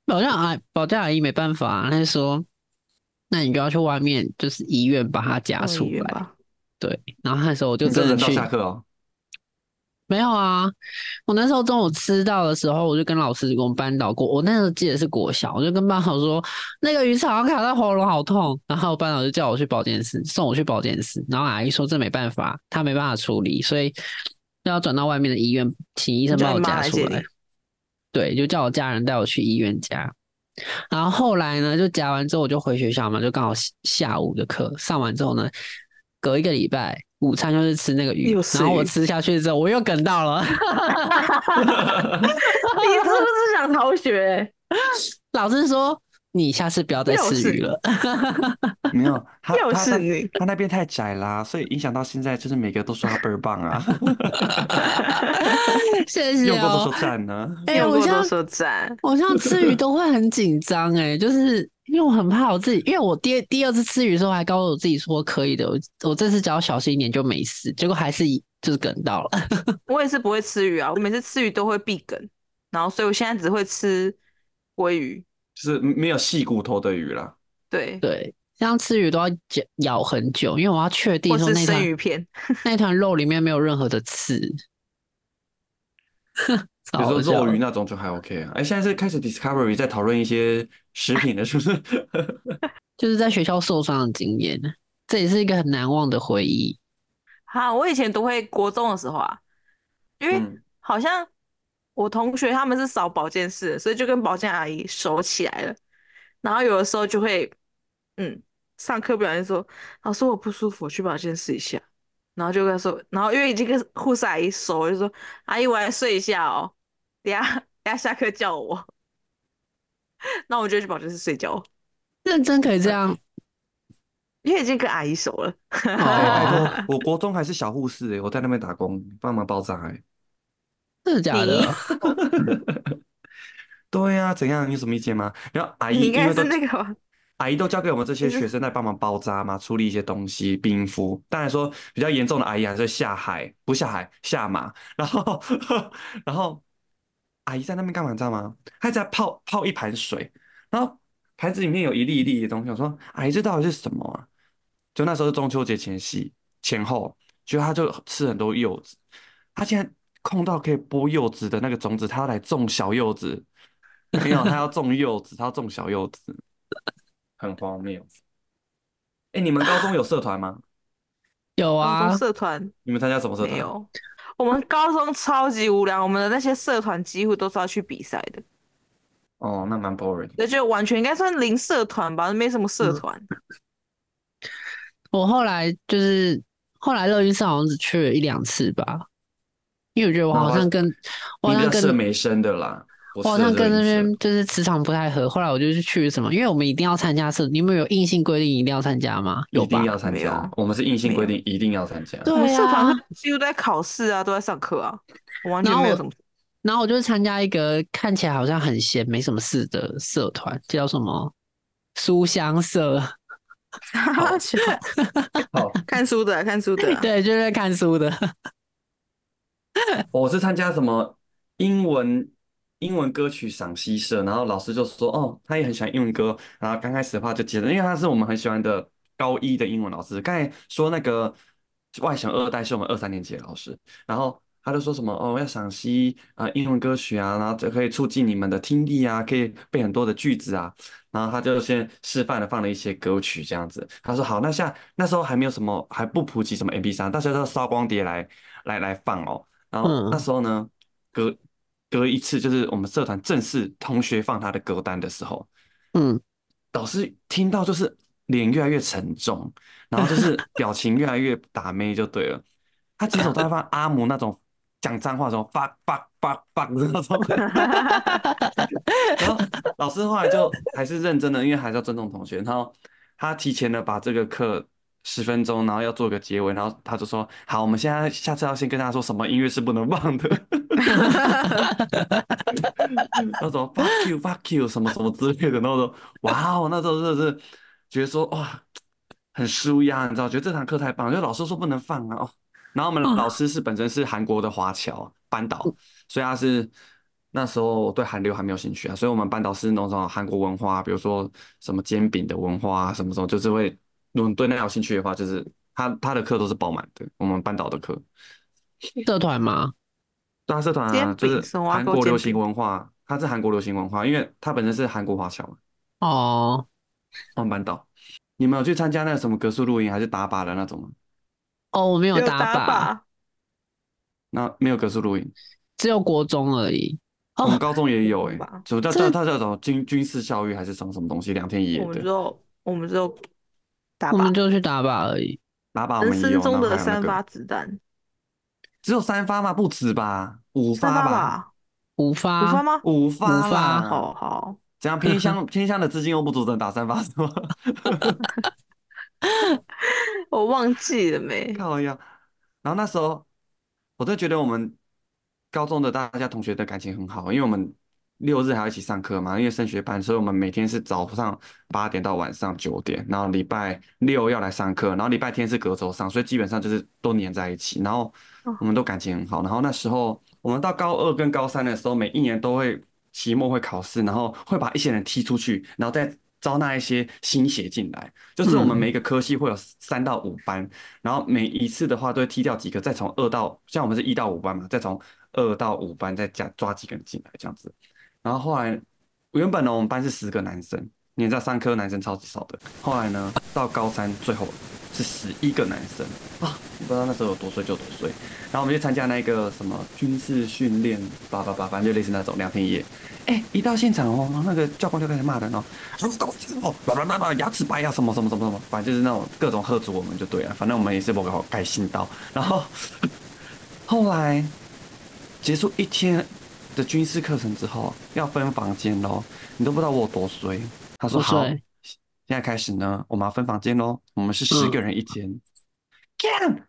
保健阿保健阿姨没办法，她就说，那你就要去外面就是医院把它夹
送
出
医院
来。
吧。
对，然后那时候我就
你这
真的
人到
去，
下课 哦，
没有啊，我那时候中午吃到的时候，我就跟老师跟我们班导过，我那时候记得是国小，我就跟班导说那个鱼草卡到喉咙好痛，然后班导就叫我去保健室，送我去保健室，然后阿姨说这没办法，她没办法处理，所以要转到外面的医院，请医生
叫
帮我
你妈
夹
来
出
接
来
你。
对，就叫我家人带我去医院夹。然后后来呢，就夹完之后我就回学校嘛，就刚好下下午的课上完之后呢，隔一个礼拜午餐就是吃那个鱼，
又吃
然后我
鱼
吃下去之后我又梗到了。
你是不是想逃学？
老师说你下次不要再
又
吃
是
鱼了。
没有，他
又
他
是
他
你
他那边太窄啦，所以影响到现在就是每个都说他倍儿棒 啊，
谢谢
用过都
哦
说。赞呢。
哎、
用
我
过
像
多说赞，
我像吃鱼都会很紧张哎，就是因为我很怕我自己，因为我第第二次吃鱼的时候还告诉我自己说可以的，我我这次只要小心一点就没事，结果还是一就是梗到了。
我也是不会吃鱼啊，我每次吃鱼都会闭梗，然后所以我现在只会吃鲑鱼，
就是没有细骨头的鱼啦。
对，
对，像吃鱼都要嚼咬很久，因为我要确定
或
说
是
那
生
团
鱼片，
那团肉里面没有任何的 刺。
哦
比如说
超好
肉
笑哦
鱼那种就还 OK 啊。哎，现在是开始 Discovery 在讨论一些食品了，是不 是？
就是在学校受伤的经验，这也是一个很难忘的回忆。
哈，我以前都会国中的时候啊，因为
嗯，
好像我同学他们是扫保健室的，所以就跟保健阿姨熟起来了。然后有的时候就会，嗯，上课不小心说，老师我不舒服，我去保健室一下。然后就跟他说，然后因为已经跟护士阿姨熟，我就说阿姨我来睡一下哦，等一下等一下下课叫我。 那我就去保健室睡觉，哦
认真可以这 样，
因为已经跟阿姨熟了。
哎拜
啊
哦，
托，我国中还是小护士哎，我在那边打工，帮忙包扎哎。
真的假的？
对呀、怎样？你有什么意见吗？然后阿
你
姨
应
因
该
为
是
都
那个 吧？
阿姨都交给我们这些
就是
学生来帮忙包扎嘛，处理一些东西、冰敷。当然说比较严重的阿姨还是会下海，不下海下马。 然后然后阿姨在那边干嘛，你知道吗？她在泡泡一盘水，然后盘子里面有一粒一粒的东西。我说阿姨这到底是什么啊？就那时候是中秋节前夕前后，就她就吃很多柚子，她竟然空到可以剥柚子的那个种子，她要来种小柚子。没有，她要种柚子，她要种小柚子。很荒谬。哎、你们高中有社团吗？
啊有
高
啊
中，社团
你们参加什么社
没
团？
有，我们高中超级无聊，我们的那些社团几乎都是要去比赛的，
哦，那蛮 boring。
那就完全应该算零社团吧，没什么社
嗯
团。
我后来就是后来乐音社好像只去了一两次吧，因为我觉得我好像跟我
你比
好像
较
跟
适合没生的啦，我
我好像跟那边
边
就是磁场不太合，后来我就去去什么，因为我们一定要参加社，你们有硬性规定一定要参加吗？有
一定
吧？
要参
没
加
有，
我们是硬性规
没
定一定要参加。
我们
对
社团
啊
是，几乎都在考试啊，都在上课啊，我完全
然后
没有
我
什么。
然后我就参加一个看起来好像很闲没什么事的社团，叫什么书香社，
好，
看书的啊、看书的啊、
对，就是在看书的。
我是参加什么英文英文歌曲赏析社，然后老师就说哦，他也很喜欢英文歌，然后刚开始的话就接着，因为他是我们很喜欢的高一的英文老师。刚才说那个外省二代是我们二三年级的老师，然后他就说什么哦，要赏析啊、呃英文歌曲啊，然后就可以促进你们的听力啊，可以背很多的句子啊。然后他就先示范的放了一些歌曲这样子。他说好，那下那时候还没有什么，还不普及什么 MP3，大家都要烧光碟来来来放哦。然后那
嗯
时候呢，隔隔一次就是我们社团正式同学放他的歌单的时候，
嗯，
老师听到就是脸越来越沉重，然后就是表情越来越打妹就对了。他几首都在放阿姆那种讲脏话的时候 fuck fuck fuck fuck 的那种。然后老师后来就还是认真的，因为还是要尊重同学。然后他提前的把这个课十分钟，然后要做个结尾，然后他就说：“好，我们现在下次要先跟大家说什么音乐是不能放的。”那种 fuck you fuck you 什么什么之类的，然后说哇哦，那时候真的是觉得说哇很舒压，你知道，觉得这堂课太棒了，就老师说不能放啊。哦然后我们老师是本身是韩国的华侨班导，所以他是那时候我对韩流还没有兴趣啊，所以我们班导师那种韩国文化，比如说什么煎饼的文化啊，什么什么，就是会如果你对那有兴趣的话，就是他他的课都是爆满的，我们班导的课。
社团嘛，
大社团啊，
煎
就
饼
是
什么啊
韩
给我
国流
煎饼
行文化，它是韩国流行文化，因为它本身是韩国华侨嘛，
哦，
我们班导。你们有去参加那个什么格数露营还是打靶的那种吗？
哦，我没有
有
打靶，
靶，
那没有格数露营，
只有国中而已。哦
我们高中也 有诶、
打靶
什么叫
真的
叫它叫什么军军事教育还是什么什么东西？两天一夜
我们
的
就我们就打
我们
靶，
就去打靶而已。
打靶我
人
们也有，
生中
然后
的
还有那
三发
个
子弹，
只有三发吗？不止吧，五
三
发吧，
吧，
五
五
发
发吗？
五发
五发
啦。
好好，
怎样 偏乡偏乡的资金又不足，只能打三发是吗？
我忘记了没？
靠呀！然后那时候，我都觉得我们高中的大家同学的感情很好，因为我们六日还要一起上课嘛，因为升学班，所以我们每天是早上八点到晚上九点，然后礼拜六要来上课，然后礼拜天是隔周上，所以基本上就是都黏在一起，然后
哦
我们都感情很好。然后那时候我们到高二跟高三的时候，每一年都会期末会考试，然后会把一些人踢出去，然后再招纳一些新血进来，就是我们
嗯
每一个科系会有三到五班。然后每一次的话都会踢掉几个，再从二到像我们是一到五班嘛，再从二到五班再加抓几个人进来这样子。然后后来原本呢我们班是十个男生，你也知道三科男生超级少的。后来呢到高三最后是十一个男生啊，不知道那时候有多衰就多衰。然后我们去参加那个什么军事训练，叭叭叭，反正就类似那种两天一夜。哎，一到现场哦，那个教官就开始骂人哦，很搞笑哦，叭叭叭叭，牙齿白啊呀、什么什么什么什么，反正就是那种各种喝足我们就对了，反正我们也是不好开心到。然后 后来结束一天的军事课程之后，要分房间喽，你都不知道我有多衰。他说
多
好，
衰
现在开始呢，我们要分房间喽，我们是十
嗯
个人一间。干，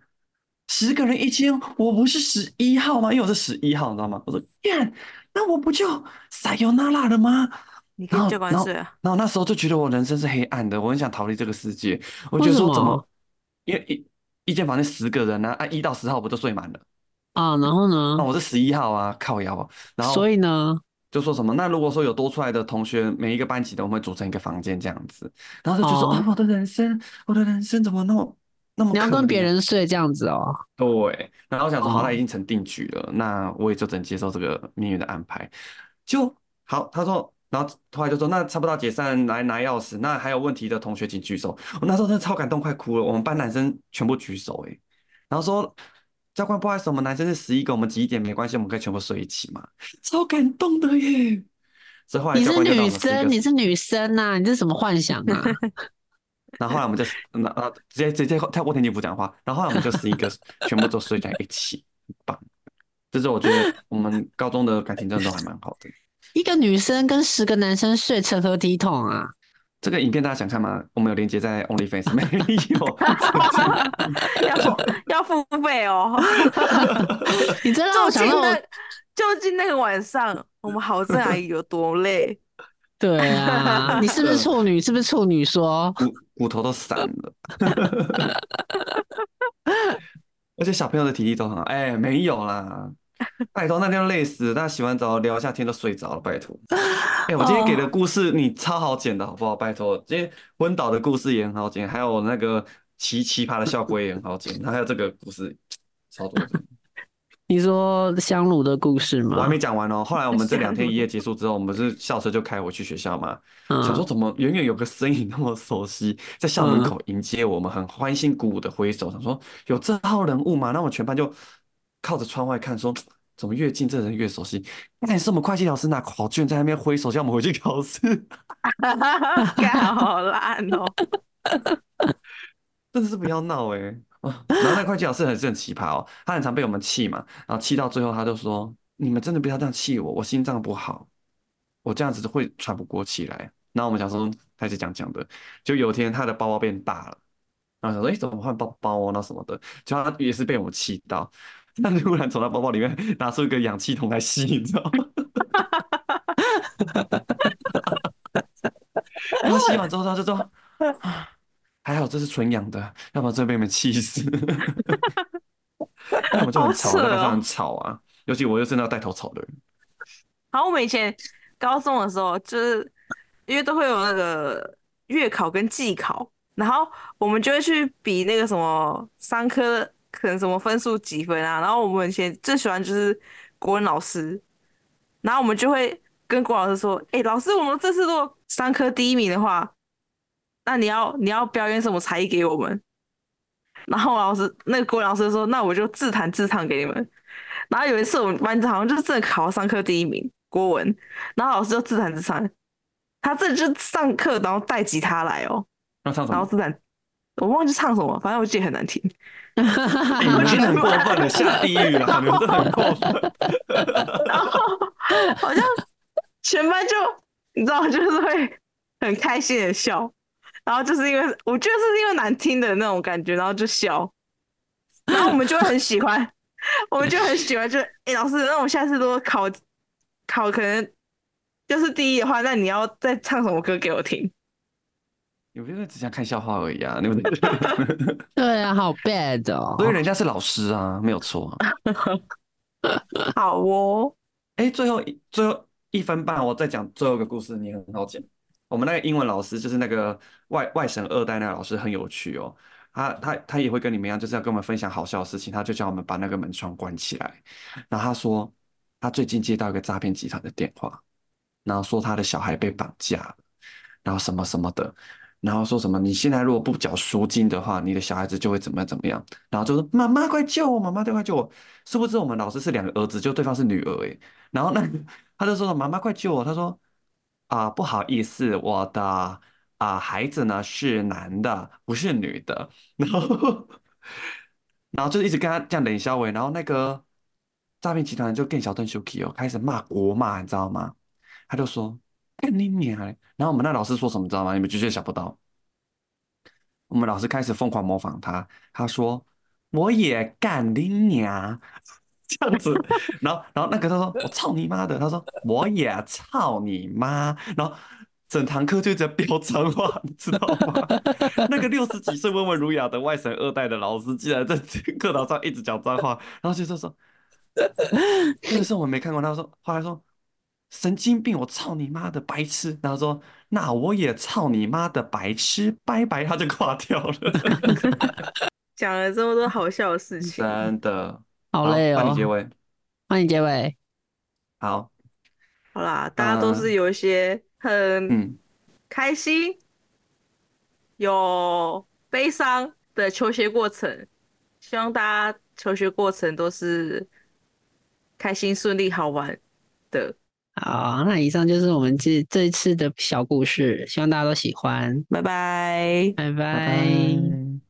十个人一间，我不是十一号吗？因为我是十一号，你知道吗？我说干，那我不就撒尤那拉了吗？
你可
然
以
后
教官
然后
睡啊，
然后那时候就觉得我人生是黑暗的，我很想逃离这个世界。我
为
觉得
什
说怎
么
么，因为一一间房间十个人呢、啊，一到十号不就睡满了？
啊，然后呢
那、？我是十一号啊，靠腰啊。然后
所以呢？
就说什么，那如果说有多出来的同学，每一个班级的我们会组成一个房间这样子。然后他就说
哦
啊，我的人生，我的人生怎么那么那么
你要
可
跟别
怜
人睡这样子哦，
对，然后我想说，好，那
哦
已经成定局了，那我也就只能接受这个命运的安排。就好，他说，然后后来就说，那差不多要解散，来拿钥匙。那还有问题的同学请举手。我那时候真的超感动，快哭了。我们班男生全部举手、欸，然后说教官，不好意思，我们男生是十一个，我们几点没关系，我们可以全部睡一起嘛。超感动的耶！所以后来
你
教
是
官就让
女
我们十一
生，
个
你是女生呐、你这什么幻想啊？
然后后来我们就呃那那直接直接跳过天气不讲话，然后后来我们就十一个全部都睡在一起，很棒。这是我觉得我们高中的感情真的都还蛮好的。
一个女生跟十个男生睡成何体统啊？
这个影片大家想看吗？我们有连接在 OnlyFans 没有？
要付要付费哦。
你真让
究
啊我想
竟
到
那
我，
究竟那个晚上，我们郝正阿姨有多累？
对啊，你是不是处女？是不是处女说？
骨骨头都散了， 而且小朋友的体力都很好。哎、没有啦，拜托那天都累死，大家洗完澡聊一下天都睡着了，拜托。哎、我今天给的故事你超好剪的好不好？拜托，今天温导的故事也很好剪，还有那个奇奇葩的校规也很好剪，还有这个故事超多的。
你说香炉的故事
我还
吗
没？讲完哦。后来我们这两天
吓
一夜结束之后，我们不是校车就开回去学校嘛？想说
嗯，
怎么远远有个身影那么熟悉，在校门口迎接我们，很欢欣鼓舞的挥手，想说有这号人物吗？那我们全班就靠着窗外看，说怎么越近这人越熟悉？那是我们会计老师拿考卷在那边挥手，叫我们回去考试，
干好烂哦！
真的是不要闹哎、啊然后那会计老师很是很奇葩哦，他很常被我们气嘛，然后气到最后他就说：“你们真的不要这样气我，我心脏不好，我这样子会喘不过气来。”然后我们想说，开始讲讲的，就有一天他的包包变大了，然后想说：“哎、怎么换包包哦？那什么的。”就他也是被我们气到，他突然从他包包里面拿出一个氧气筒来吸，你知道吗？ 然后吸完之后，他就说：“啊还好这是纯氧的，要不然真的被你们气死。” 那我们就很吵，
好扯
那
哦
班上很吵啊，尤其我又是那带头吵的人。
然后我们以前高中的时候，就是因为都会有那个月考跟季考，然后我们就会去比那个什么三科可能什么分数几分啊。然后我们以前最喜欢就是国文老师，然后我们就会跟国文老师说：“哎、老师，我们这次如果三科第一名的话，那你要你要表演什么才艺给我们？”然后老师那个国文老师就说：“那我就自弹自唱给你们。”然后有一次我们班好像就是真的考到上课第一名国文，然后老师就自弹自唱，他这就上课然后带吉他来哦，
那唱什
然后
么？
自弹，我忘记唱什么，反正我记得很难听。
哎你们真的很过分了，下地狱了！你们真的很过分。
然后好像全班就你知道，就是会很开心的笑，然后就是因为我觉得是因为难听的那种感觉，然后就笑，然后我们就会很喜欢， 我们就很喜欢就，哎老师，那我下次如果考考可能就是第一的话，那你要再唱什么歌给我听？
你们就是只想看笑话而已啊，对不对？
对啊，好 bad 哦。
所以人家是老师啊，没有错啊。
好哦，
哎，最后一最后一分半，我再讲最后一个故事，你很好讲。我们那个英文老师就是那个外外省二代那个老师，很有趣哦。他他他也会跟你们一样，就是要跟我们分享好笑的事情，他就叫我们把那个门窗关起来。然后他说，他最近接到一个诈骗集团的电话，然后说他的小孩被绑架了，然后什么什么的，然后说什么你现在如果不缴赎金的话，你的小孩子就会怎么样怎么样。然后就说妈妈快救我，妈妈快救我。殊不知我们老师是两个儿子，就对方是女儿欸诶。然后那个 他就说妈妈快救我，他说啊不好意思，我的啊孩子呢是男的，不是女的。然后 然后就一直跟他这样冷笑话，然后那个诈骗集团就更小邓 Suki 哦，开始骂国骂，你知道吗？他就说干你娘嘞！然后我们那老师说什么，你知道吗？你们绝对想不到。我们老师开始疯狂模仿他，他说：“我也干你娘！” 这样子，然后，然后那个他说：“我操你妈的！”他说：“我也操你妈！”然后整堂课就在飙脏话， 你知道吗？那个六十几岁温文儒雅的外省二代的老师，竟然在课堂上一直讲脏话，然后就说说，那个时候我们没看过，他说，后来说。神经病！我操你妈的白痴！然后说，那我也操你妈的白痴，拜拜！他就挂掉了，
讲了这么多好笑的事 情，
真的。
好累哦。
换你结尾。
欢迎结尾。
好，
好啦，大家都是有一些很
嗯，
开心、有悲伤的求学过程，希望大家求学过程都是开心、顺利、好玩的。
好，那以上就是我们这这一次的小故事，希望大家都喜欢，
拜拜。
拜
拜拜。
拜。